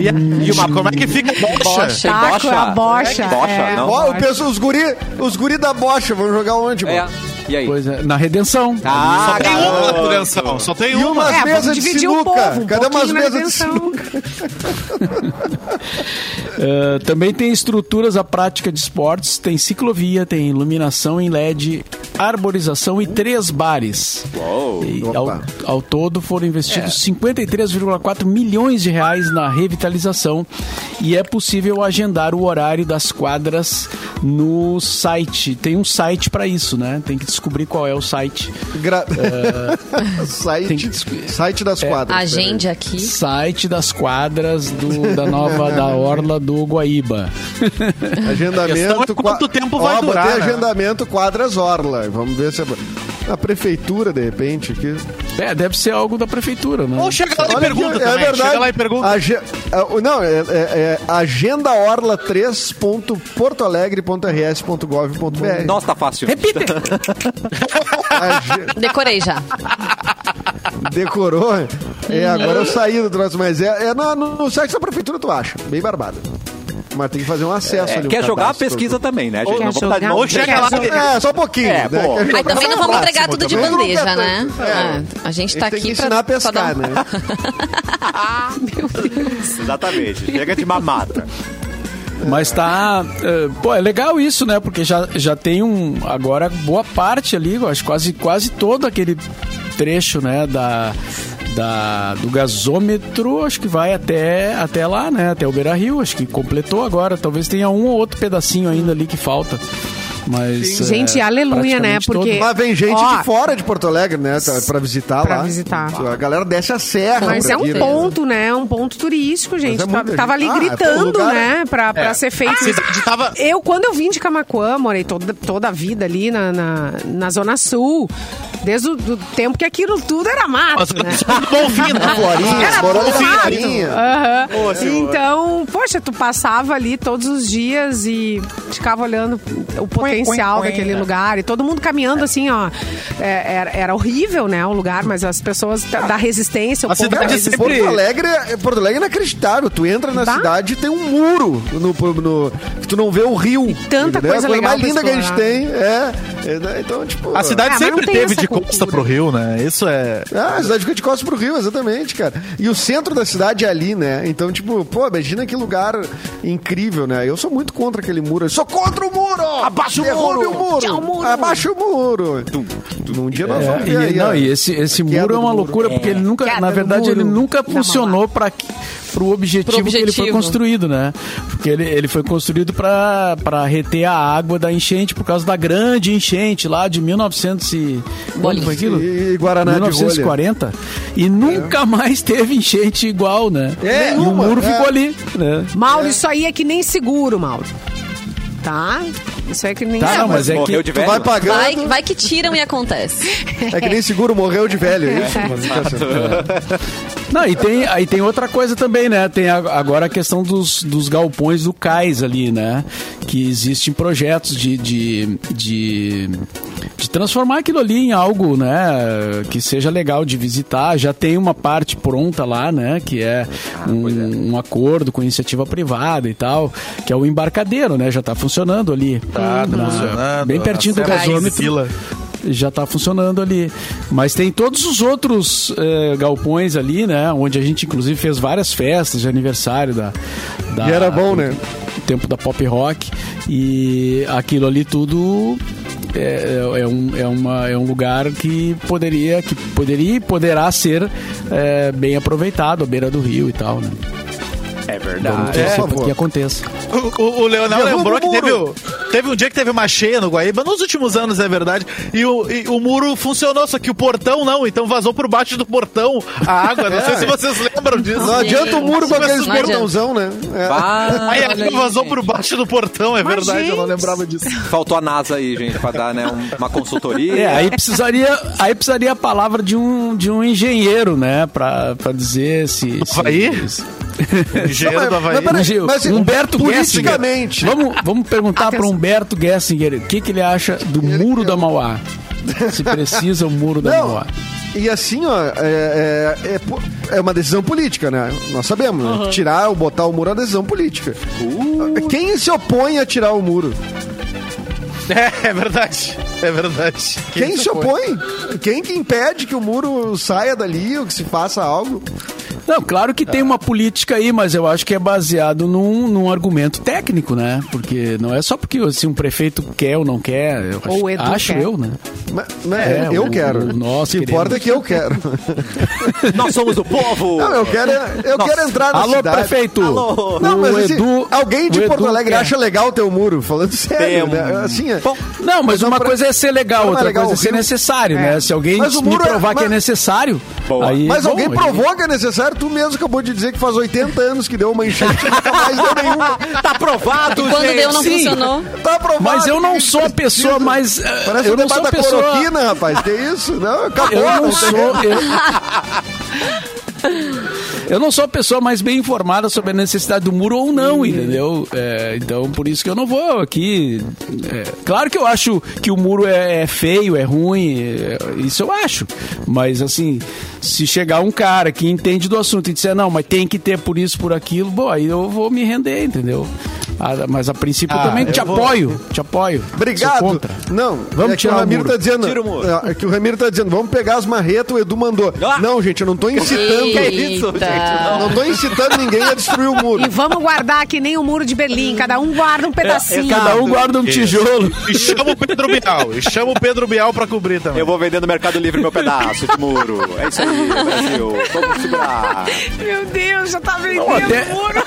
Speaker 3: E, e uma, como é que fica? Bocha.
Speaker 4: Bocha.
Speaker 2: Taco,
Speaker 1: bocha.
Speaker 2: a bocha.
Speaker 1: É, bocha,
Speaker 2: é,
Speaker 1: não.
Speaker 6: Ó, o pessoal, os guri, os guri da bocha vão jogar onde, mano?
Speaker 1: É. E aí?
Speaker 5: Pois é, na Redenção.
Speaker 1: Ah,
Speaker 3: Só tem uma
Speaker 1: garoto.
Speaker 3: convenção, só tem
Speaker 6: E
Speaker 3: uma.
Speaker 6: umas
Speaker 2: É, vamos
Speaker 6: mesas de
Speaker 2: dividir o povo.
Speaker 6: sinuca.
Speaker 2: Um
Speaker 6: Cadê umas
Speaker 2: pouquinho na
Speaker 6: mesas de
Speaker 2: redenção.
Speaker 6: sinuca?
Speaker 5: É, também tem estruturas à prática de esportes, tem ciclovia, tem iluminação em LED, arborização e três bares.
Speaker 1: Uou.
Speaker 5: E
Speaker 6: Opa.
Speaker 5: ao, ao todo foram investidos 53,4 milhões de reais na revitalização e é possível agendar o horário das quadras no site. Tem um site para isso, né? Tem que descobrir qual é o site.
Speaker 6: Gra...
Speaker 5: tem
Speaker 6: É. site,
Speaker 5: que-
Speaker 6: site
Speaker 2: É,
Speaker 6: das quadras. É.
Speaker 4: Agende aqui.
Speaker 5: Site das quadras do- da nova da orla do Guaíba.
Speaker 6: Agendamento.
Speaker 3: Questão é quanto tempo vai
Speaker 6: Ó, botei
Speaker 3: durar, né?
Speaker 6: agendamento quadras orla. Vamos ver se é... A prefeitura, de repente, aqui.
Speaker 5: É, deve ser algo da prefeitura, né?
Speaker 3: Ou chega lá e
Speaker 6: Olha aqui, é
Speaker 3: pergunta também. Chega lá e pergunta.
Speaker 6: Age- ah, Não, é, é, é agendaorla3.portoalegre.rs.gov.br.
Speaker 1: Nossa, tá fácil.
Speaker 6: Age-
Speaker 4: Decorei já.
Speaker 6: Decorou? É, agora
Speaker 4: Uhum.
Speaker 6: eu saí do troço, mas é, é na- no, no site da prefeitura tu acha. Bem barbado. Mas tem que fazer um acesso ali. um
Speaker 1: É, Quer jogar a
Speaker 6: cadastro.
Speaker 1: pesquisa também, né, gente?
Speaker 2: Quer
Speaker 1: Não vamos dar de
Speaker 2: jogar?
Speaker 1: novo.
Speaker 2: Quer
Speaker 1: Chega lá.
Speaker 2: jogar?
Speaker 6: É, só um pouquinho.
Speaker 1: É,
Speaker 6: né?
Speaker 1: pô.
Speaker 6: Quer jogar
Speaker 4: Aí também não
Speaker 6: pra
Speaker 4: vamos
Speaker 6: máximo
Speaker 4: entregar tudo de
Speaker 6: também.
Speaker 4: bandeja,
Speaker 6: Nunca
Speaker 4: né?
Speaker 6: tanto.
Speaker 4: Ah, a gente
Speaker 6: gente
Speaker 4: tá
Speaker 6: tem que
Speaker 4: aqui pra,
Speaker 6: ensinar a
Speaker 4: pra
Speaker 6: pescar,
Speaker 4: dar um-
Speaker 6: né?
Speaker 1: Exatamente. Chega de mamata.
Speaker 5: Mas tá. eh, pô, é legal isso, né? Porque já, já tem um. Agora, boa parte ali, eu acho, quase, quase todo aquele trecho, né? Da, da, do gasômetro, acho que vai até, até lá, né? Até o Beira Rio, acho que completou agora. Talvez tenha um ou outro pedacinho ainda ali que falta. Mas. eh,
Speaker 2: Gente, aleluia, né?
Speaker 5: praticamente
Speaker 2: Porque-
Speaker 5: todo.
Speaker 6: Mas vem gente
Speaker 2: Ó.
Speaker 6: de fora de Porto Alegre, né? tá- Pra visitar
Speaker 2: Pra
Speaker 6: lá.
Speaker 2: visitar.
Speaker 6: A galera desce a serra.
Speaker 2: Mas
Speaker 6: por
Speaker 2: é um
Speaker 6: aqui, né?
Speaker 2: ponto, né? É um ponto turístico, gente.
Speaker 6: Mas é muita
Speaker 2: Tava- Tava ali
Speaker 6: gente. Ah, é porque o
Speaker 2: gritando,
Speaker 6: lugar
Speaker 2: né? Pra,
Speaker 1: É.
Speaker 2: pra ser feito.
Speaker 3: A cidade tava-
Speaker 2: Eu, quando eu vim de Camacuã, morei toda, toda a vida ali na, na, na Zona Sul. Desde o do tempo que aquilo tudo era
Speaker 3: Mas
Speaker 2: mato,
Speaker 3: eu
Speaker 2: né?
Speaker 3: sou do Bonfim, né?
Speaker 4: Ah,
Speaker 6: Florinhas,
Speaker 2: Era bom,
Speaker 6: morando na
Speaker 2: sabe?
Speaker 6: Florinha.
Speaker 2: Aham.
Speaker 1: Ô, senhor.
Speaker 2: Então, poxa, tu passava ali todos os dias e ficava olhando o potencial daquele lugar e todo mundo caminhando assim, ó. É, era, era horrível, né, o lugar, mas as pessoas da da resistência, o
Speaker 3: A
Speaker 2: povo da
Speaker 3: cidade
Speaker 2: resistência.
Speaker 3: sempre-
Speaker 6: Porto Alegre, é- Porto Alegre é inacreditável. Tu entra na
Speaker 2: Tá.
Speaker 6: cidade e tem um muro no, no- que tu não vê o rio.
Speaker 2: tanta
Speaker 6: entendeu? É
Speaker 2: coisa
Speaker 6: a coisa
Speaker 2: legal
Speaker 6: mais
Speaker 2: pra
Speaker 6: linda que a gente
Speaker 2: explorar.
Speaker 6: tem é, é, né? Então, tipo.
Speaker 3: A
Speaker 2: Ah,
Speaker 3: cidade
Speaker 2: mas
Speaker 3: sempre
Speaker 2: não tem
Speaker 3: teve
Speaker 2: essa
Speaker 3: de costa
Speaker 2: cultura.
Speaker 3: pro rio, né? Isso é.
Speaker 6: Ah, a cidade fica de costas pro rio, exatamente, cara. E o centro da cidade é ali, né? Então, tipo, pô, imagina que lugar incrível, né? Eu sou muito contra aquele muro. Eu sou contra o muro!
Speaker 1: Abaixa o
Speaker 6: Derrube
Speaker 1: muro!
Speaker 2: Tchau, muro!
Speaker 6: Abaixa o muro! Um dia nós vamos
Speaker 5: É,
Speaker 6: ver aí,
Speaker 5: e, não,
Speaker 6: ó.
Speaker 5: e esse, esse
Speaker 6: A
Speaker 5: muro
Speaker 6: queda
Speaker 5: é uma
Speaker 6: do muro.
Speaker 5: loucura, porque ele nunca,
Speaker 2: Queda
Speaker 5: na
Speaker 2: do
Speaker 5: verdade, ele
Speaker 2: muro.
Speaker 5: nunca
Speaker 2: Da Mauá.
Speaker 5: funcionou para o objetivo,
Speaker 4: Pro
Speaker 5: que ele foi
Speaker 4: objetivo.
Speaker 5: construído, né? Porque ele, ele foi construído para reter a água da enchente, por causa da grande enchente lá de 1900 e...
Speaker 4: Bolinha.
Speaker 5: Quando foi aquilo?
Speaker 6: E- e Guaraná de rolha.
Speaker 5: 1940. E nunca mais teve enchente igual, né?
Speaker 6: É,
Speaker 5: e o
Speaker 6: nenhuma,
Speaker 5: muro
Speaker 6: é.
Speaker 5: ficou ali, né?
Speaker 2: Mauro, isso aí é que nem seguro, Mauro. Tá? Isso aí é que nem
Speaker 5: Tá,
Speaker 2: seguro.
Speaker 5: não, mas é
Speaker 1: Morreu
Speaker 5: que...
Speaker 1: de
Speaker 6: Tu
Speaker 1: velho.
Speaker 6: vai pagando.
Speaker 4: Vai, vai que tiram e acontece.
Speaker 6: É que nem seguro morreu de velho. é Isso, assim. mano.
Speaker 5: Não, e tem, aí tem outra coisa também, né? Tem a- agora a questão dos, dos galpões do cais ali, né? Que existem projetos de, de, de, de transformar aquilo ali em algo, né? Que seja legal de visitar. Já tem uma parte pronta lá, né? Que é
Speaker 3: Ah,
Speaker 5: um, um acordo com iniciativa privada e tal, que é o embarcadeiro, né? Já tá funcionando ali.
Speaker 3: Tá, tá
Speaker 5: Na-
Speaker 3: funcionando. Tá
Speaker 5: Bem pertinho do
Speaker 3: Acesso à
Speaker 5: gasômetro
Speaker 3: fila.
Speaker 5: já está funcionando ali. Mas tem todos os outros eh, galpões ali, né? Onde a gente, inclusive, fez várias festas de aniversário da. da-
Speaker 6: E era bom, né?
Speaker 5: do Tempo da pop rock. E aquilo ali tudo. É, é- é um, é, uma, é um lugar que poderia que poderia e poderá ser eh, bem aproveitado à beira do rio e tal, né?
Speaker 1: É
Speaker 5: Vamos
Speaker 1: verdade.
Speaker 5: torcer
Speaker 6: por
Speaker 5: pra
Speaker 6: favor.
Speaker 5: que aconteça.
Speaker 3: O, o- o Leonardo
Speaker 6: Derruba
Speaker 3: lembrou
Speaker 6: o
Speaker 3: que teve,
Speaker 6: muro.
Speaker 3: o- teve um dia que teve uma cheia no Guaíba, nos últimos anos, é verdade, e o, e o muro funcionou, só que o portão não, então vazou por baixo do portão a água. Não sei se vocês lembram disso.
Speaker 6: Não adianta o muro com
Speaker 3: Mas
Speaker 6: aqueles
Speaker 4: não adianta.
Speaker 6: portãozão, né? É.
Speaker 1: Ah,
Speaker 3: um Aí a
Speaker 4: olha
Speaker 3: água
Speaker 4: aí,
Speaker 3: vazou
Speaker 4: gente.
Speaker 3: por baixo do portão, é
Speaker 2: Mas,
Speaker 3: verdade, eu não
Speaker 2: gente.
Speaker 3: lembrava disso.
Speaker 1: faltou a NASA aí, gente, pra dar né, um- uma consultoria.
Speaker 5: É, aí precisaria, aí precisaria a palavra de um, de um engenheiro, né? Pra, pra dizer se. se-
Speaker 3: Havaí?
Speaker 5: se-
Speaker 3: Engenheiro do Havaí.
Speaker 6: mas peraí,
Speaker 5: Gil,
Speaker 6: mas, assim,
Speaker 5: Humberto
Speaker 6: politicamente.
Speaker 5: Gessinger. Vamos, vamos perguntar para Humberto Gessinger o que, que ele acha do muro da Mauá. Se precisa o muro da
Speaker 6: é Não.
Speaker 5: Mauá.
Speaker 6: E assim, ó, é, é, é po- é uma decisão política, né? Nós sabemos. né? Tirar ou botar o muro é uma decisão política. Quem se opõe a tirar o muro?
Speaker 3: É, é verdade, é verdade.
Speaker 6: Quem, se opõe? Quem que impede que o muro saia dali ou que se faça algo?
Speaker 5: Não, claro que tem uma política aí, mas eu acho que é baseado num, num argumento técnico, né? Porque não é só porque assim, um prefeito quer ou não quer, eu
Speaker 2: Ou o
Speaker 5: acho,
Speaker 2: Edu
Speaker 5: acho
Speaker 2: quer.
Speaker 5: eu, né?
Speaker 6: Ma- né?
Speaker 5: É,
Speaker 6: eu
Speaker 5: o-
Speaker 6: quero.
Speaker 5: o- nós
Speaker 6: o que
Speaker 5: queremos.
Speaker 6: importa é que eu quero.
Speaker 1: Nós somos o povo!
Speaker 6: Não, eu quero, eu
Speaker 1: Nossa.
Speaker 6: quero entrar na
Speaker 5: Alô,
Speaker 6: cidade.
Speaker 5: prefeito!
Speaker 1: Alô.
Speaker 6: Não,
Speaker 5: O
Speaker 6: mas assim,
Speaker 5: Edu-
Speaker 6: alguém de
Speaker 5: o
Speaker 6: Porto
Speaker 5: Edu
Speaker 6: Alegre
Speaker 5: quer.
Speaker 6: acha legal o teu muro, falando sério,
Speaker 1: Tem um-
Speaker 6: né? Assim, é-
Speaker 1: Bom,
Speaker 5: Não, mas
Speaker 6: Mas
Speaker 5: uma
Speaker 6: pra-
Speaker 5: coisa é ser legal,
Speaker 6: Não é
Speaker 5: outra
Speaker 6: legal
Speaker 5: coisa é
Speaker 6: o
Speaker 5: ser
Speaker 6: Rio.
Speaker 5: necessário,
Speaker 2: É.
Speaker 5: né? Se alguém
Speaker 6: Mas o
Speaker 5: me
Speaker 6: muro é-
Speaker 5: provar que é
Speaker 6: mas-
Speaker 5: necessário,
Speaker 1: Boa.
Speaker 5: aí,
Speaker 6: mas
Speaker 5: bom,
Speaker 6: alguém
Speaker 5: aí-
Speaker 6: provou que é aniversário, tu mesmo acabou de dizer que faz 80 anos que deu uma enchente e nunca mais deu nenhuma.
Speaker 1: Tá provado,
Speaker 4: E quando
Speaker 1: gente.
Speaker 4: deu, não
Speaker 5: sim.
Speaker 4: funcionou.
Speaker 6: Tá aprovado.
Speaker 5: Mas eu não
Speaker 6: que
Speaker 5: sou a pessoa mais. eh,
Speaker 6: Parece
Speaker 5: eu
Speaker 6: o
Speaker 5: não
Speaker 6: debate
Speaker 5: sou a
Speaker 6: da
Speaker 5: pessoa.
Speaker 6: cloroquina, rapaz. Que isso? Não, acabou. né?
Speaker 5: Eu não
Speaker 6: tem-
Speaker 5: sou. Eu... eu não sou a pessoa mais bem informada sobre a necessidade do muro ou não, entendeu? É, então, por isso que eu não vou aqui. é, claro que eu acho que o muro é, é feio, é ruim, é, isso eu acho. Mas, assim, se chegar um cara que entende do assunto e disser, não, mas tem que ter por isso, por aquilo, bom, aí eu vou me render, entendeu? Ah, mas a princípio eu também te apoio, te apoio. Sou
Speaker 6: Obrigado.
Speaker 5: contra.
Speaker 6: Não,
Speaker 5: Vamos
Speaker 6: é que o
Speaker 5: tirar o
Speaker 6: Ramiro
Speaker 5: muro.
Speaker 6: tá dizendo.
Speaker 1: Tira o muro.
Speaker 6: É que o Ramiro tá dizendo, vamos pegar as marretas, o Edu mandou.
Speaker 1: Ah.
Speaker 6: Não, gente, eu não tô incitando.
Speaker 1: Que isso,
Speaker 4: Eita.
Speaker 1: gente, não.
Speaker 6: é Não tô incitando ninguém a destruir o muro.
Speaker 2: E vamos guardar que nem o muro de Berlim. Cada um guarda um pedacinho.
Speaker 5: É, Cada um guarda um
Speaker 3: Isso.
Speaker 5: tijolo.
Speaker 3: E chama o Pedro Bial. E chama o Pedro Bial pra cobrir também.
Speaker 1: Eu vou vender no Mercado Livre meu pedaço de muro. É isso aí, Brasil. Vamos segurar.
Speaker 2: Meu Deus, já tá vendendo
Speaker 5: até-
Speaker 2: o muro.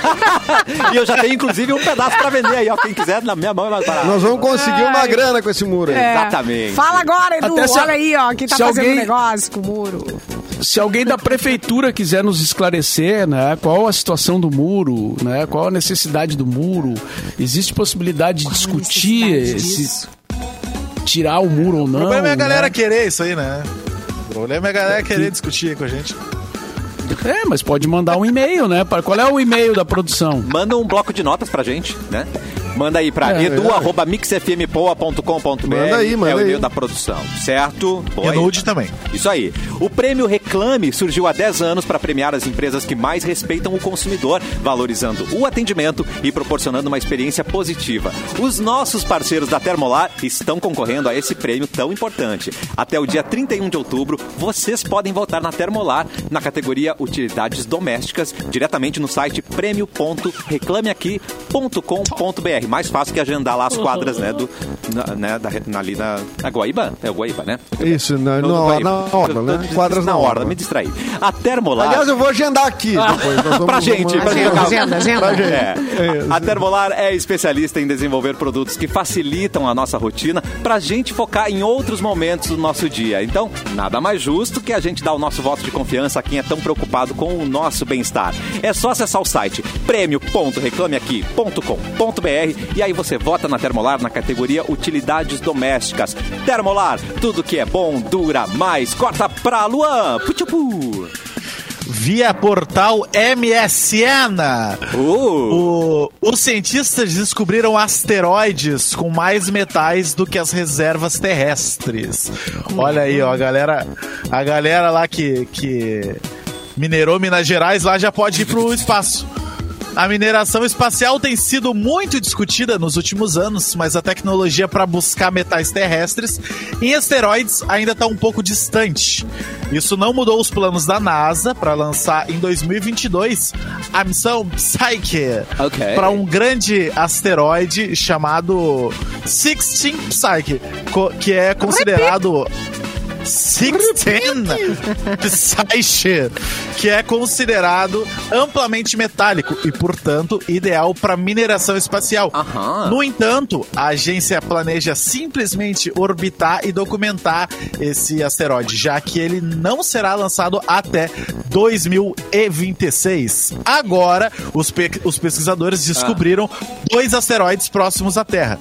Speaker 1: E eu já tenho, inclusive, um pedaço pra vender aí, ó. Quem quiser, na minha mão é mais barato.
Speaker 6: Nós vamos conseguir uma
Speaker 2: Ai.
Speaker 6: grana com esse muro aí.
Speaker 2: É.
Speaker 1: Exatamente.
Speaker 2: Fala agora, Edu.
Speaker 5: Até se-
Speaker 2: Olha aí, ó, quem tá
Speaker 5: se
Speaker 2: fazendo
Speaker 5: alguém-
Speaker 2: negócio com o muro.
Speaker 5: Se alguém da prefeitura quiser nos esclarecer, né, qual a situação do muro, né, qual a necessidade do muro, existe possibilidade de discutir
Speaker 2: necessidade
Speaker 5: se
Speaker 2: disso?
Speaker 5: tirar o muro ou não?
Speaker 3: O problema é a galera
Speaker 5: né?
Speaker 3: querer isso aí, né? O problema é a galera querer discutir com a gente.
Speaker 5: É, mas pode mandar um e-mail, né? Para qual é o e-mail da produção?
Speaker 1: Manda um bloco de notas pra gente, né? Manda aí pra
Speaker 5: É,
Speaker 1: edu
Speaker 5: verdade.
Speaker 1: arroba edu.mixfmpoa.com.br.
Speaker 6: Manda aí, manda
Speaker 1: É o e-mail
Speaker 6: aí.
Speaker 1: da produção, certo?
Speaker 3: E
Speaker 1: Pois.
Speaker 3: nude também.
Speaker 1: Isso aí. O prêmio Reclame surgiu há 10 anos para premiar as empresas que mais respeitam o consumidor, valorizando o atendimento e proporcionando uma experiência positiva. Os nossos parceiros da Termolar estão concorrendo a esse prêmio tão importante. Até o dia 31 de outubro, vocês podem votar na Termolar na categoria Utilidades Domésticas diretamente no site prêmio.reclameaqui.com.br. Mais fácil que agendar lá as quadras, né, do, na, né, da, na, ali na, na Guaíba. É o Guaíba, né?
Speaker 6: Isso, na,
Speaker 1: Não,
Speaker 6: na,
Speaker 1: não vai.
Speaker 6: na
Speaker 1: Eu
Speaker 6: orla,
Speaker 1: tô
Speaker 6: né?
Speaker 1: dizendo
Speaker 6: Quadras na
Speaker 1: orla,
Speaker 6: orla.
Speaker 1: me distraí. A Termolar.
Speaker 6: Aliás, eu vou agendar aqui
Speaker 2: Ah.
Speaker 6: depois. Nós vamos
Speaker 1: pra gente, pra gente.
Speaker 2: Agenda,
Speaker 1: jogar.
Speaker 2: agenda, agenda.
Speaker 1: Pra gente. É. A Termolar é especialista em desenvolver produtos que facilitam a nossa rotina pra gente focar em outros momentos do nosso dia. Então, nada mais justo que a gente dar o nosso voto de confiança a quem é tão preocupado com o nosso bem-estar. É só acessar o site prêmio.reclameaqui.com.br e aí você vota na Termolar na categoria Utilidades Domésticas. Termolar, tudo que é bom dura mais. Corta pra Luan. Puchupu.
Speaker 3: Via portal MSN.
Speaker 1: Uh.
Speaker 3: O- os cientistas descobriram asteroides com mais metais do que as reservas terrestres. Olha aí, ó, a galera, a galera lá que, que minerou Minas Gerais lá já pode ir pro espaço. A mineração espacial tem sido muito discutida nos últimos anos, mas a tecnologia para buscar metais terrestres em asteroides ainda está um pouco distante. Isso não mudou os planos da NASA para lançar em 2022 a missão Psyche
Speaker 1: Ok.
Speaker 3: para um grande asteroide chamado Sixteen Psyche, co- que é considerado Sixteen Psyche, que é considerado amplamente metálico e, portanto, ideal para mineração espacial.
Speaker 1: Aham.
Speaker 3: No entanto, a agência planeja simplesmente orbitar e documentar esse asteroide, já que ele não será lançado até 2026. Agora, os, pe- os pesquisadores descobriram dois asteroides próximos à Terra,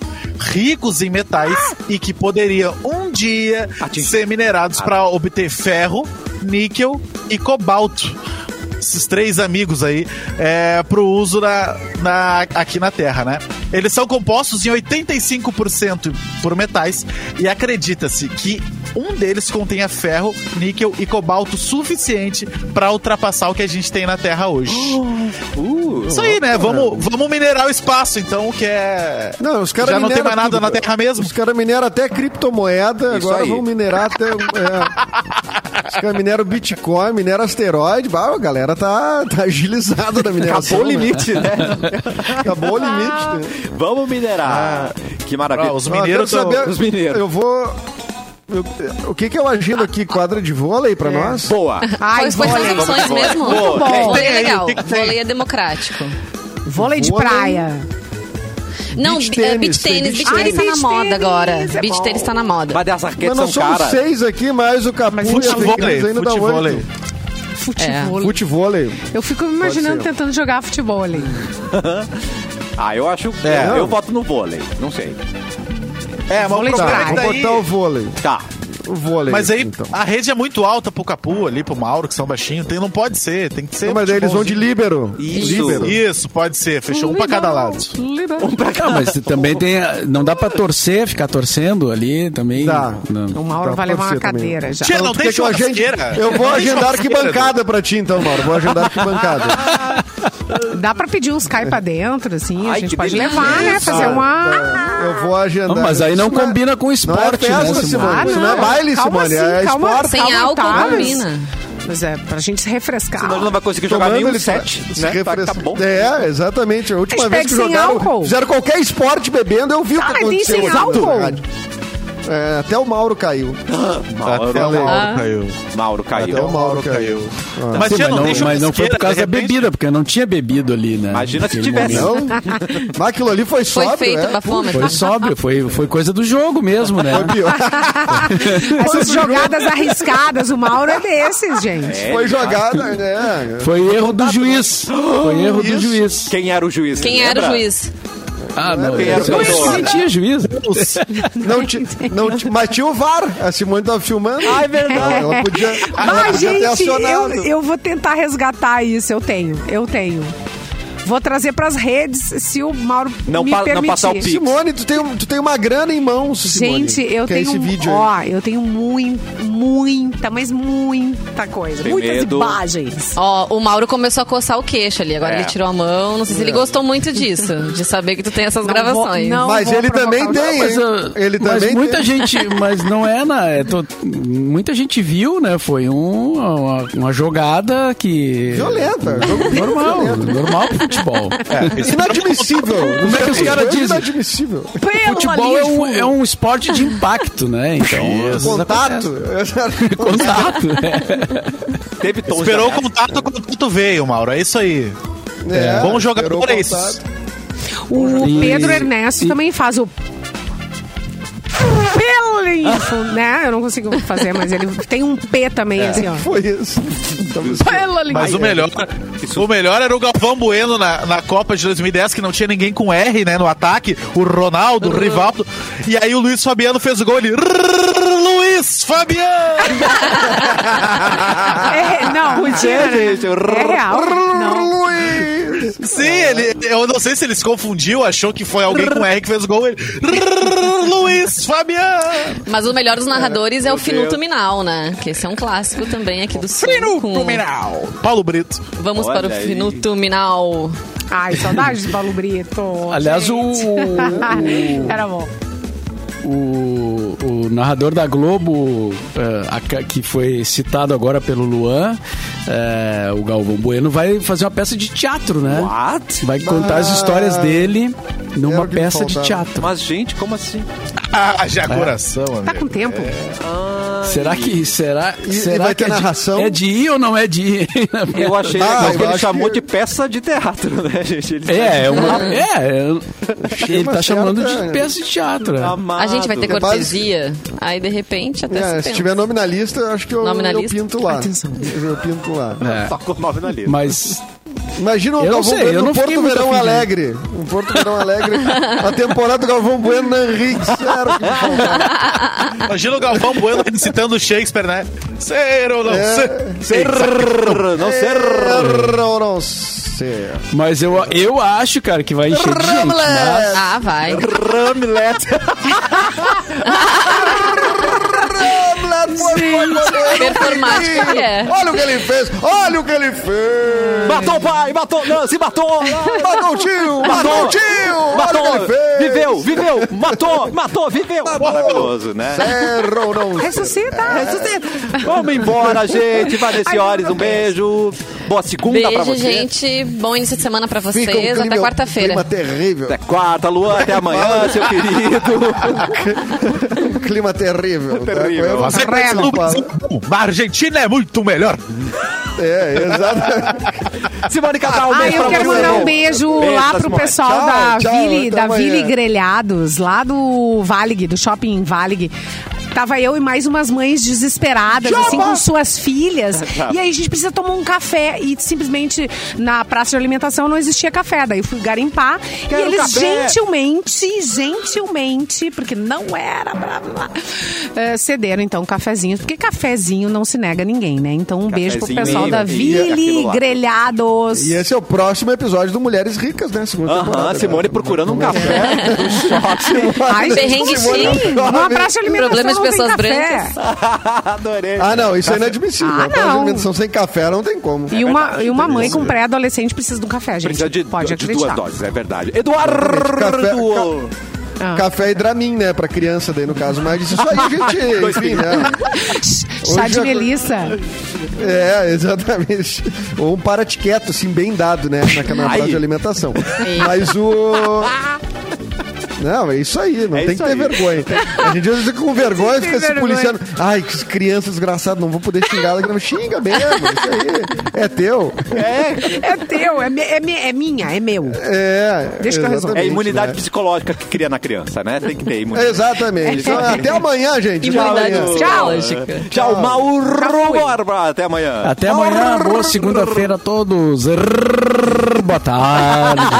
Speaker 3: ricos em metais e que poderiam um dia
Speaker 1: Atingir.
Speaker 3: ser minerados para obter ferro, níquel e cobalto. Esses três amigos aí, é, pro uso na, na- aqui na Terra, né? Eles são compostos em 85% por metais e acredita-se que um deles contenha ferro, níquel e cobalto suficiente para ultrapassar o que a gente tem na Terra hoje.
Speaker 6: Oh,
Speaker 1: Uh.
Speaker 3: Isso aí, né? Vamos, vamos minerar o espaço, então, que é.
Speaker 6: Não, os caras
Speaker 3: Já não tem
Speaker 6: mineram
Speaker 3: mais nada
Speaker 6: tudo.
Speaker 3: na Terra mesmo?
Speaker 6: Os caras mineram até criptomoeda,
Speaker 1: Isso
Speaker 6: agora
Speaker 1: aí.
Speaker 6: vão minerar até. é. os caras mineram Bitcoin, mineram asteroide. Bah, a galera tá, tá agilizada da mineração.
Speaker 1: Acabou o
Speaker 6: né?
Speaker 1: limite, né?
Speaker 6: Acabou o limite.
Speaker 2: Ah.
Speaker 6: né?
Speaker 1: Vamos minerar. que maravilha.
Speaker 3: Ah, os
Speaker 6: Ah,
Speaker 3: mineiros
Speaker 6: quero saber-
Speaker 1: Os mineiros.
Speaker 6: Eu vou. eu- o que, que eu agendo aqui? Quadra de vôlei
Speaker 2: É.
Speaker 6: pra nós?
Speaker 1: Boa.
Speaker 2: Ai,
Speaker 4: Quais foram as
Speaker 1: um
Speaker 2: vôlei.
Speaker 4: opções
Speaker 1: Boa.
Speaker 4: mesmo?
Speaker 1: Boa.
Speaker 4: Muito
Speaker 1: Tem,
Speaker 4: bom. Vôlei
Speaker 3: tem.
Speaker 4: é legal.
Speaker 3: O que que tem?
Speaker 4: Vôlei é democrático.
Speaker 2: Vôlei de
Speaker 6: Vôlei. É.
Speaker 2: praia.
Speaker 4: Não,
Speaker 6: Beach
Speaker 4: bi- é,
Speaker 6: tênis,
Speaker 4: beach
Speaker 6: tem
Speaker 4: tênis.
Speaker 6: beach
Speaker 4: Beach tênis tá na
Speaker 2: tênis.
Speaker 4: moda
Speaker 2: Beach
Speaker 4: agora.
Speaker 2: tênis é
Speaker 4: Beach
Speaker 2: bom.
Speaker 4: tênis tá na moda.
Speaker 1: Mas as
Speaker 6: Mas
Speaker 1: raquetas
Speaker 6: nós
Speaker 1: são
Speaker 6: somos
Speaker 1: caras.
Speaker 6: seis aqui, mais o Capu e a
Speaker 3: Futevôlei,
Speaker 6: Fernandes ainda dá
Speaker 3: futevôlei.
Speaker 6: oito.
Speaker 2: Futebol.
Speaker 6: Futevôlei.
Speaker 3: Então,
Speaker 2: Eu fico me imaginando
Speaker 6: ser.
Speaker 2: tentando jogar futebol ali.
Speaker 1: Ah, eu acho.
Speaker 6: É.
Speaker 1: eu, eu voto no vôlei. Não sei.
Speaker 6: É, mas o
Speaker 2: Vôlei de
Speaker 6: problema é que
Speaker 2: praia.
Speaker 6: daí...
Speaker 3: Vou botar
Speaker 6: botar o
Speaker 3: o
Speaker 6: vôlei.
Speaker 1: Tá.
Speaker 6: O vôlei.
Speaker 3: Mas aí
Speaker 6: então.
Speaker 3: a rede é muito alta pro Capu ali, pro Mauro, que são baixinhos. Tem, não pode ser, tem que ser. tipo
Speaker 6: mas daí eles vão de
Speaker 3: futebolzinho.
Speaker 6: líbero.
Speaker 1: Isso.
Speaker 6: Líbero.
Speaker 3: Isso, pode ser. Fechou um pra cada lado.
Speaker 2: Liberal.
Speaker 5: Não, mas também tem. a- Não dá pra torcer, ficar torcendo ali também.
Speaker 6: Dá.
Speaker 5: Não.
Speaker 2: O Mauro vai
Speaker 6: Dá Um pra
Speaker 2: levar É uma
Speaker 6: ser também.
Speaker 2: cadeira já.
Speaker 3: Tia, não
Speaker 6: tu
Speaker 3: tem
Speaker 6: quer que eu agende?
Speaker 3: churrasqueira.
Speaker 6: Eu vou
Speaker 3: Não tem
Speaker 6: agendar
Speaker 3: churrasqueira,
Speaker 6: arquibancada pra ti então, Mauro. Vou agendar arquibancada.
Speaker 2: Dá pra pedir uns cai pra dentro, assim.
Speaker 1: Ai,
Speaker 2: a gente
Speaker 1: que
Speaker 2: pode
Speaker 1: delícia.
Speaker 2: levar, né? Fazer ah. uma.
Speaker 6: Tá, Eu vou agendar.
Speaker 5: Não, mas aí não
Speaker 6: Isso é-
Speaker 5: combina com
Speaker 6: Não é
Speaker 5: esporte, né,
Speaker 6: festa,
Speaker 5: Simone?
Speaker 6: Simone.
Speaker 2: Ah,
Speaker 6: Isso não é
Speaker 2: não.
Speaker 6: baile,
Speaker 2: Calma
Speaker 6: Simone.
Speaker 2: assim,
Speaker 6: é
Speaker 2: calma.
Speaker 6: esporte.
Speaker 4: Sem
Speaker 2: Calma,
Speaker 4: álcool,
Speaker 2: tá, mas-
Speaker 4: combina.
Speaker 2: Mas é, pra gente se refrescar.
Speaker 1: Senão ele não vai conseguir jogar
Speaker 6: Tomando
Speaker 1: nem um
Speaker 6: ele
Speaker 1: set.
Speaker 6: se
Speaker 1: Né? Tá,
Speaker 6: refres-
Speaker 1: tá bom.
Speaker 6: É, exatamente. A última
Speaker 2: Hashtag
Speaker 6: vez que
Speaker 2: sem
Speaker 6: jogaram,
Speaker 2: álcool.
Speaker 6: fizeram qualquer esporte bebendo, eu vi o
Speaker 2: Ah,
Speaker 6: que
Speaker 2: mas tem
Speaker 6: aconteceu.
Speaker 2: sem
Speaker 6: aqui na
Speaker 2: álcool?
Speaker 6: rádio. É, até o Mauro caiu.
Speaker 1: Mauro,
Speaker 3: Até o
Speaker 1: Mauro,
Speaker 3: Mauro caiu.
Speaker 1: caiu. Tá.
Speaker 6: Até o Mauro caiu.
Speaker 3: Mas,
Speaker 5: Sim,
Speaker 3: tia, não,
Speaker 5: mas, não,
Speaker 3: tem
Speaker 5: mas não foi por
Speaker 3: churrasqueira,
Speaker 5: causa
Speaker 3: de
Speaker 5: da
Speaker 3: repente-
Speaker 5: bebida, porque não tinha bebido ali, né?
Speaker 1: Imagina se
Speaker 5: naquele
Speaker 1: tivesse.
Speaker 5: momento.
Speaker 6: Não? Mas aquilo ali foi
Speaker 4: Foi
Speaker 6: sóbrio,
Speaker 4: feito
Speaker 6: é?
Speaker 4: bafômetro.
Speaker 5: Foi sóbrio, foi, foi coisa do jogo mesmo, né?
Speaker 6: Foi pior. um
Speaker 2: Essas jogadas arriscadas, o Mauro é desses, gente.
Speaker 1: É,
Speaker 6: Foi
Speaker 1: ele-
Speaker 6: jogada, né?
Speaker 5: Foi erro do juiz. Foi erro do juiz.
Speaker 1: Quem era o juiz?
Speaker 4: Quem era o
Speaker 1: lembra?
Speaker 4: juiz?
Speaker 5: Ah, não.
Speaker 1: Quem era o
Speaker 5: Eu
Speaker 1: cantor?
Speaker 5: nem tinha juiz.
Speaker 6: Não, ti, não ti, mas tinha o VAR. A Simone tava filmando. Ah, é verdade. Ela podia, ela
Speaker 2: Mas,
Speaker 6: podia
Speaker 2: Ah,
Speaker 6: ter
Speaker 2: gente, eu,
Speaker 6: Ah, acionado.
Speaker 2: eu vou tentar resgatar isso. Eu tenho, eu tenho. Vou trazer pras redes se o Mauro
Speaker 1: Não
Speaker 2: me
Speaker 1: pa- não
Speaker 2: permitir.
Speaker 1: passar o pi.
Speaker 6: Simone, tu tem, um- tu tem uma grana em mãos, Simone.
Speaker 2: Gente, eu
Speaker 6: que é
Speaker 2: tenho, um
Speaker 6: esse vídeo
Speaker 2: ó,
Speaker 6: aí.
Speaker 2: eu tenho muita, muita, mas muita coisa,
Speaker 1: Tem
Speaker 2: muitas
Speaker 1: medo.
Speaker 2: imagens.
Speaker 4: Ó, o Mauro começou a coçar o queixo ali. Agora
Speaker 1: É.
Speaker 4: ele tirou a mão. Não sei se ele gostou muito disso, de saber que tu tem essas
Speaker 2: Não
Speaker 4: gravações.
Speaker 2: vou- não.
Speaker 6: Mas ele
Speaker 2: provocar
Speaker 6: também
Speaker 2: o-
Speaker 6: tem,
Speaker 5: Mas,
Speaker 6: hein?
Speaker 5: ah,
Speaker 6: Ele
Speaker 5: mas
Speaker 6: também
Speaker 5: muita
Speaker 6: tem.
Speaker 5: gente, mas não é na, é to- muita gente viu, né? Foi um- uma, uma jogada que
Speaker 6: Violenta. É,
Speaker 5: normal, normal pro futebol.
Speaker 6: Inadmissível.
Speaker 5: Como é que os caras dizem?
Speaker 6: Inadmissível.
Speaker 2: Pelo
Speaker 5: Futebol é um,
Speaker 2: alívio.
Speaker 5: é um esporte de impacto, né? Então, essas
Speaker 6: Contato.
Speaker 5: acontecem. contato. né?
Speaker 1: Teve tons
Speaker 3: Então, Esperou o
Speaker 1: abertos.
Speaker 3: contato quando tu veio, Mauro. É isso aí.
Speaker 6: É,
Speaker 3: Bom jogador
Speaker 6: esperou
Speaker 3: é isso.
Speaker 6: contato.
Speaker 2: O
Speaker 5: E-
Speaker 2: Pedro Ernesto
Speaker 5: e-
Speaker 2: também faz o. Pelo info, né? Eu não consigo fazer, mas ele tem um P também, assim, ó.
Speaker 6: Foi isso. Então, Estamos-
Speaker 2: Pelo alívio.
Speaker 3: Mas o melhor, o melhor era o Galvão Bueno na, na Copa de 2010, que não tinha ninguém com R, né, no ataque. O Ronaldo, o Rivaldo. E aí o Luiz Fabiano fez o gol ali. Luiz Fabiano!
Speaker 2: É, não, mentira, né?
Speaker 1: gente,
Speaker 2: É real. Não.
Speaker 6: Luiz.
Speaker 3: Sim, ele, eu não sei se ele se confundiu, achou que foi alguém com R que fez o gol. Ele, Luiz Fabiano!
Speaker 4: Mas o melhor dos narradores é o Finuto Minal, né? Que esse é um clássico também aqui do Sul. com-
Speaker 3: Paulo Brito.
Speaker 4: Vamos
Speaker 1: Olha
Speaker 4: para o
Speaker 1: aí.
Speaker 4: Finuto Minal.
Speaker 2: Ai, saudades de Paulo Brito.
Speaker 5: Aliás, o-
Speaker 2: gente. Era bom.
Speaker 5: o, o narrador da Globo, eh, a ca- que foi citado agora pelo Luan, eh, o Galvão Bueno, vai fazer uma peça de teatro, né?
Speaker 1: What?
Speaker 5: Vai contar as histórias dele
Speaker 6: Era
Speaker 5: numa
Speaker 6: Ah, é o que
Speaker 5: peça de
Speaker 6: faltava.
Speaker 5: teatro.
Speaker 1: Mas, gente, como assim?
Speaker 3: Ah, já coração, amigo.
Speaker 2: Tá com tempo?
Speaker 5: É. Será que será,
Speaker 6: E- e
Speaker 5: será
Speaker 6: vai
Speaker 5: que
Speaker 6: ter
Speaker 5: é de-
Speaker 6: narração?
Speaker 5: é de ir ou não é de ir?
Speaker 1: Eu achei
Speaker 6: Ah,
Speaker 1: legal
Speaker 6: eu
Speaker 1: que ele
Speaker 6: acho
Speaker 1: chamou
Speaker 6: que-
Speaker 1: de peça de teatro, né, gente? Ele
Speaker 5: é, é uma, é, é- ele
Speaker 6: uma
Speaker 5: tá chamando
Speaker 6: certa-
Speaker 5: de peça de teatro.
Speaker 1: tá
Speaker 5: é.
Speaker 1: amado.
Speaker 4: A gente vai ter
Speaker 6: É
Speaker 4: cortesia. Aí, de repente, até
Speaker 6: É,
Speaker 4: se
Speaker 6: se
Speaker 4: pensa.
Speaker 6: tiver nome na lista, eu acho que eu,
Speaker 4: Nome na
Speaker 6: eu
Speaker 4: lista?
Speaker 6: pinto lá.
Speaker 2: Atenção.
Speaker 6: Eu pinto lá.
Speaker 5: É,
Speaker 1: Só com o nove na lista.
Speaker 5: mas
Speaker 6: Imagina o
Speaker 5: É. Eu não
Speaker 6: Galvão
Speaker 5: sei, eu
Speaker 6: Bueno
Speaker 5: não
Speaker 6: no
Speaker 5: fiquei
Speaker 6: Porto
Speaker 5: muito
Speaker 6: Verão
Speaker 5: afim de-
Speaker 6: Alegre. Um Porto Verão Alegre. A temporada do Galvão Bueno é na Henrique. Sério, que faltava.
Speaker 3: Imagina o Galvão Bueno citando Shakespeare, né? Ser ou não
Speaker 6: É.
Speaker 3: ser? Ser.
Speaker 1: Brrr, Não sei.
Speaker 6: Errou, não sei.
Speaker 5: mas eu, eu acho, cara, que vai encher de gente. Mas,
Speaker 4: Ah, vai.
Speaker 1: Ramlet.
Speaker 4: Performática que é.
Speaker 6: Olha o que ele fez! Olha o que ele fez!
Speaker 1: Matou o pai, matou. Não, se matou.
Speaker 6: Matou o tio! Matou o tio! Olha o que
Speaker 1: Matou.
Speaker 6: ele fez! Tá
Speaker 1: Viveu, viveu. Matou, matou, viveu. Maravilhoso, né?
Speaker 6: Errou, não sei.
Speaker 2: Ressuscita. Ressuscita.
Speaker 1: Vamos embora, gente. Vanessa
Speaker 2: Ai,
Speaker 1: Ores, um
Speaker 2: meu Deus.
Speaker 1: beijo. Boa segunda pra
Speaker 4: Beijo,
Speaker 1: você.
Speaker 4: gente. Bom início de semana pra
Speaker 6: Fica um
Speaker 4: vocês. Até
Speaker 6: clima-
Speaker 4: tá quarta-feira.
Speaker 6: Clima terrível.
Speaker 1: Até quarta, Luan. Até amanhã, seu querido.
Speaker 6: Um clima terrível. tá?
Speaker 1: Terrível.
Speaker 6: Eu não sei
Speaker 3: Você
Speaker 6: como é que
Speaker 3: pensa
Speaker 6: não
Speaker 3: no
Speaker 6: fala.
Speaker 3: um Brasil. A Argentina é muito melhor.
Speaker 6: É, exatamente.
Speaker 1: Simone Cabral, um
Speaker 2: Ah,
Speaker 1: beijo
Speaker 2: eu
Speaker 1: pra
Speaker 2: quero
Speaker 1: você.
Speaker 2: mandar um beijo
Speaker 1: Beijo,
Speaker 2: lá pro
Speaker 1: Simone.
Speaker 2: pessoal
Speaker 6: Tchau,
Speaker 2: da
Speaker 6: tchau,
Speaker 2: Ville,
Speaker 6: até
Speaker 2: da
Speaker 6: amanhã.
Speaker 2: Ville Grelhados, lá do Valig, do Shopping Valig. Tava eu e mais umas mães desesperadas, assim, com suas filhas. E aí a gente precisa tomar um café. E simplesmente na praça de alimentação não existia café. Daí eu fui garimpar.
Speaker 1: Quero
Speaker 2: e eles
Speaker 1: café.
Speaker 2: gentilmente, gentilmente, porque não era pra lá, eh, cederam então cafezinhos. Porque cafezinho não se nega a ninguém, né? Então um beijo pro
Speaker 1: Cafezinho
Speaker 2: pessoal
Speaker 1: mesmo,
Speaker 2: da
Speaker 1: aqui, aquilo
Speaker 2: Ville
Speaker 1: lá.
Speaker 2: Grelhados.
Speaker 6: E esse é o próximo episódio do Mulheres Ricas, né? Segunda
Speaker 1: Aham,
Speaker 6: temporada.
Speaker 1: Simone procurando um café no shopping.
Speaker 2: Ai,
Speaker 4: Perrengue
Speaker 2: sim.
Speaker 4: sim.
Speaker 2: Uma praça de Um alimentação
Speaker 4: Problema de
Speaker 2: não tem
Speaker 4: pessoas
Speaker 2: café.
Speaker 4: brancas.
Speaker 1: Adorei.
Speaker 6: Ah, não, isso é inadmissível.
Speaker 2: Ah,
Speaker 6: Ah, não.
Speaker 2: não.
Speaker 6: alimentação sem café não tem como.
Speaker 1: Ah, é
Speaker 2: E uma, e uma mãe
Speaker 6: Isso.
Speaker 2: com pré-adolescente precisa de um café, gente.
Speaker 1: Precisa de, de
Speaker 2: Pode
Speaker 1: duas
Speaker 2: acreditar.
Speaker 1: doses, é verdade.
Speaker 6: Café-
Speaker 1: Eduardo!
Speaker 2: Ah.
Speaker 6: Café e Dramin, né? Pra criança, daí no caso. Mas isso aí, gente,
Speaker 1: Dois
Speaker 6: enfim, né?
Speaker 2: Chá
Speaker 6: Hoje
Speaker 2: de
Speaker 6: a-
Speaker 2: melissa.
Speaker 6: É, exatamente. Ou um paratiqueto, assim, bem dado, né? Na, na
Speaker 1: Ai.
Speaker 6: praça de alimentação. Mas o... Não, é isso aí, não
Speaker 1: É
Speaker 6: tem
Speaker 1: isso
Speaker 6: que ter
Speaker 1: aí.
Speaker 6: vergonha. A gente às vezes fica com vergonha e
Speaker 2: Tem
Speaker 6: fica se
Speaker 2: vergonha.
Speaker 6: policiando. Ai, que criança desgraçada, não vou poder xingar ela. Não, Xinga mesmo, isso aí. É teu.
Speaker 2: É teu, é, me- é me- é minha, é meu.
Speaker 6: É.
Speaker 2: Deixa que eu resolvo.
Speaker 1: É a imunidade
Speaker 6: né?
Speaker 1: psicológica que cria na criança, né? Tem que ter imunidade.
Speaker 6: Exatamente.
Speaker 1: É.
Speaker 6: Então, até amanhã, gente. Até
Speaker 4: Imunidade
Speaker 6: amanhã.
Speaker 4: psicológica.
Speaker 1: Tchau, Mauro Borba. Até amanhã.
Speaker 5: Até amanhã, boa segunda-feira a todos. Boa tarde.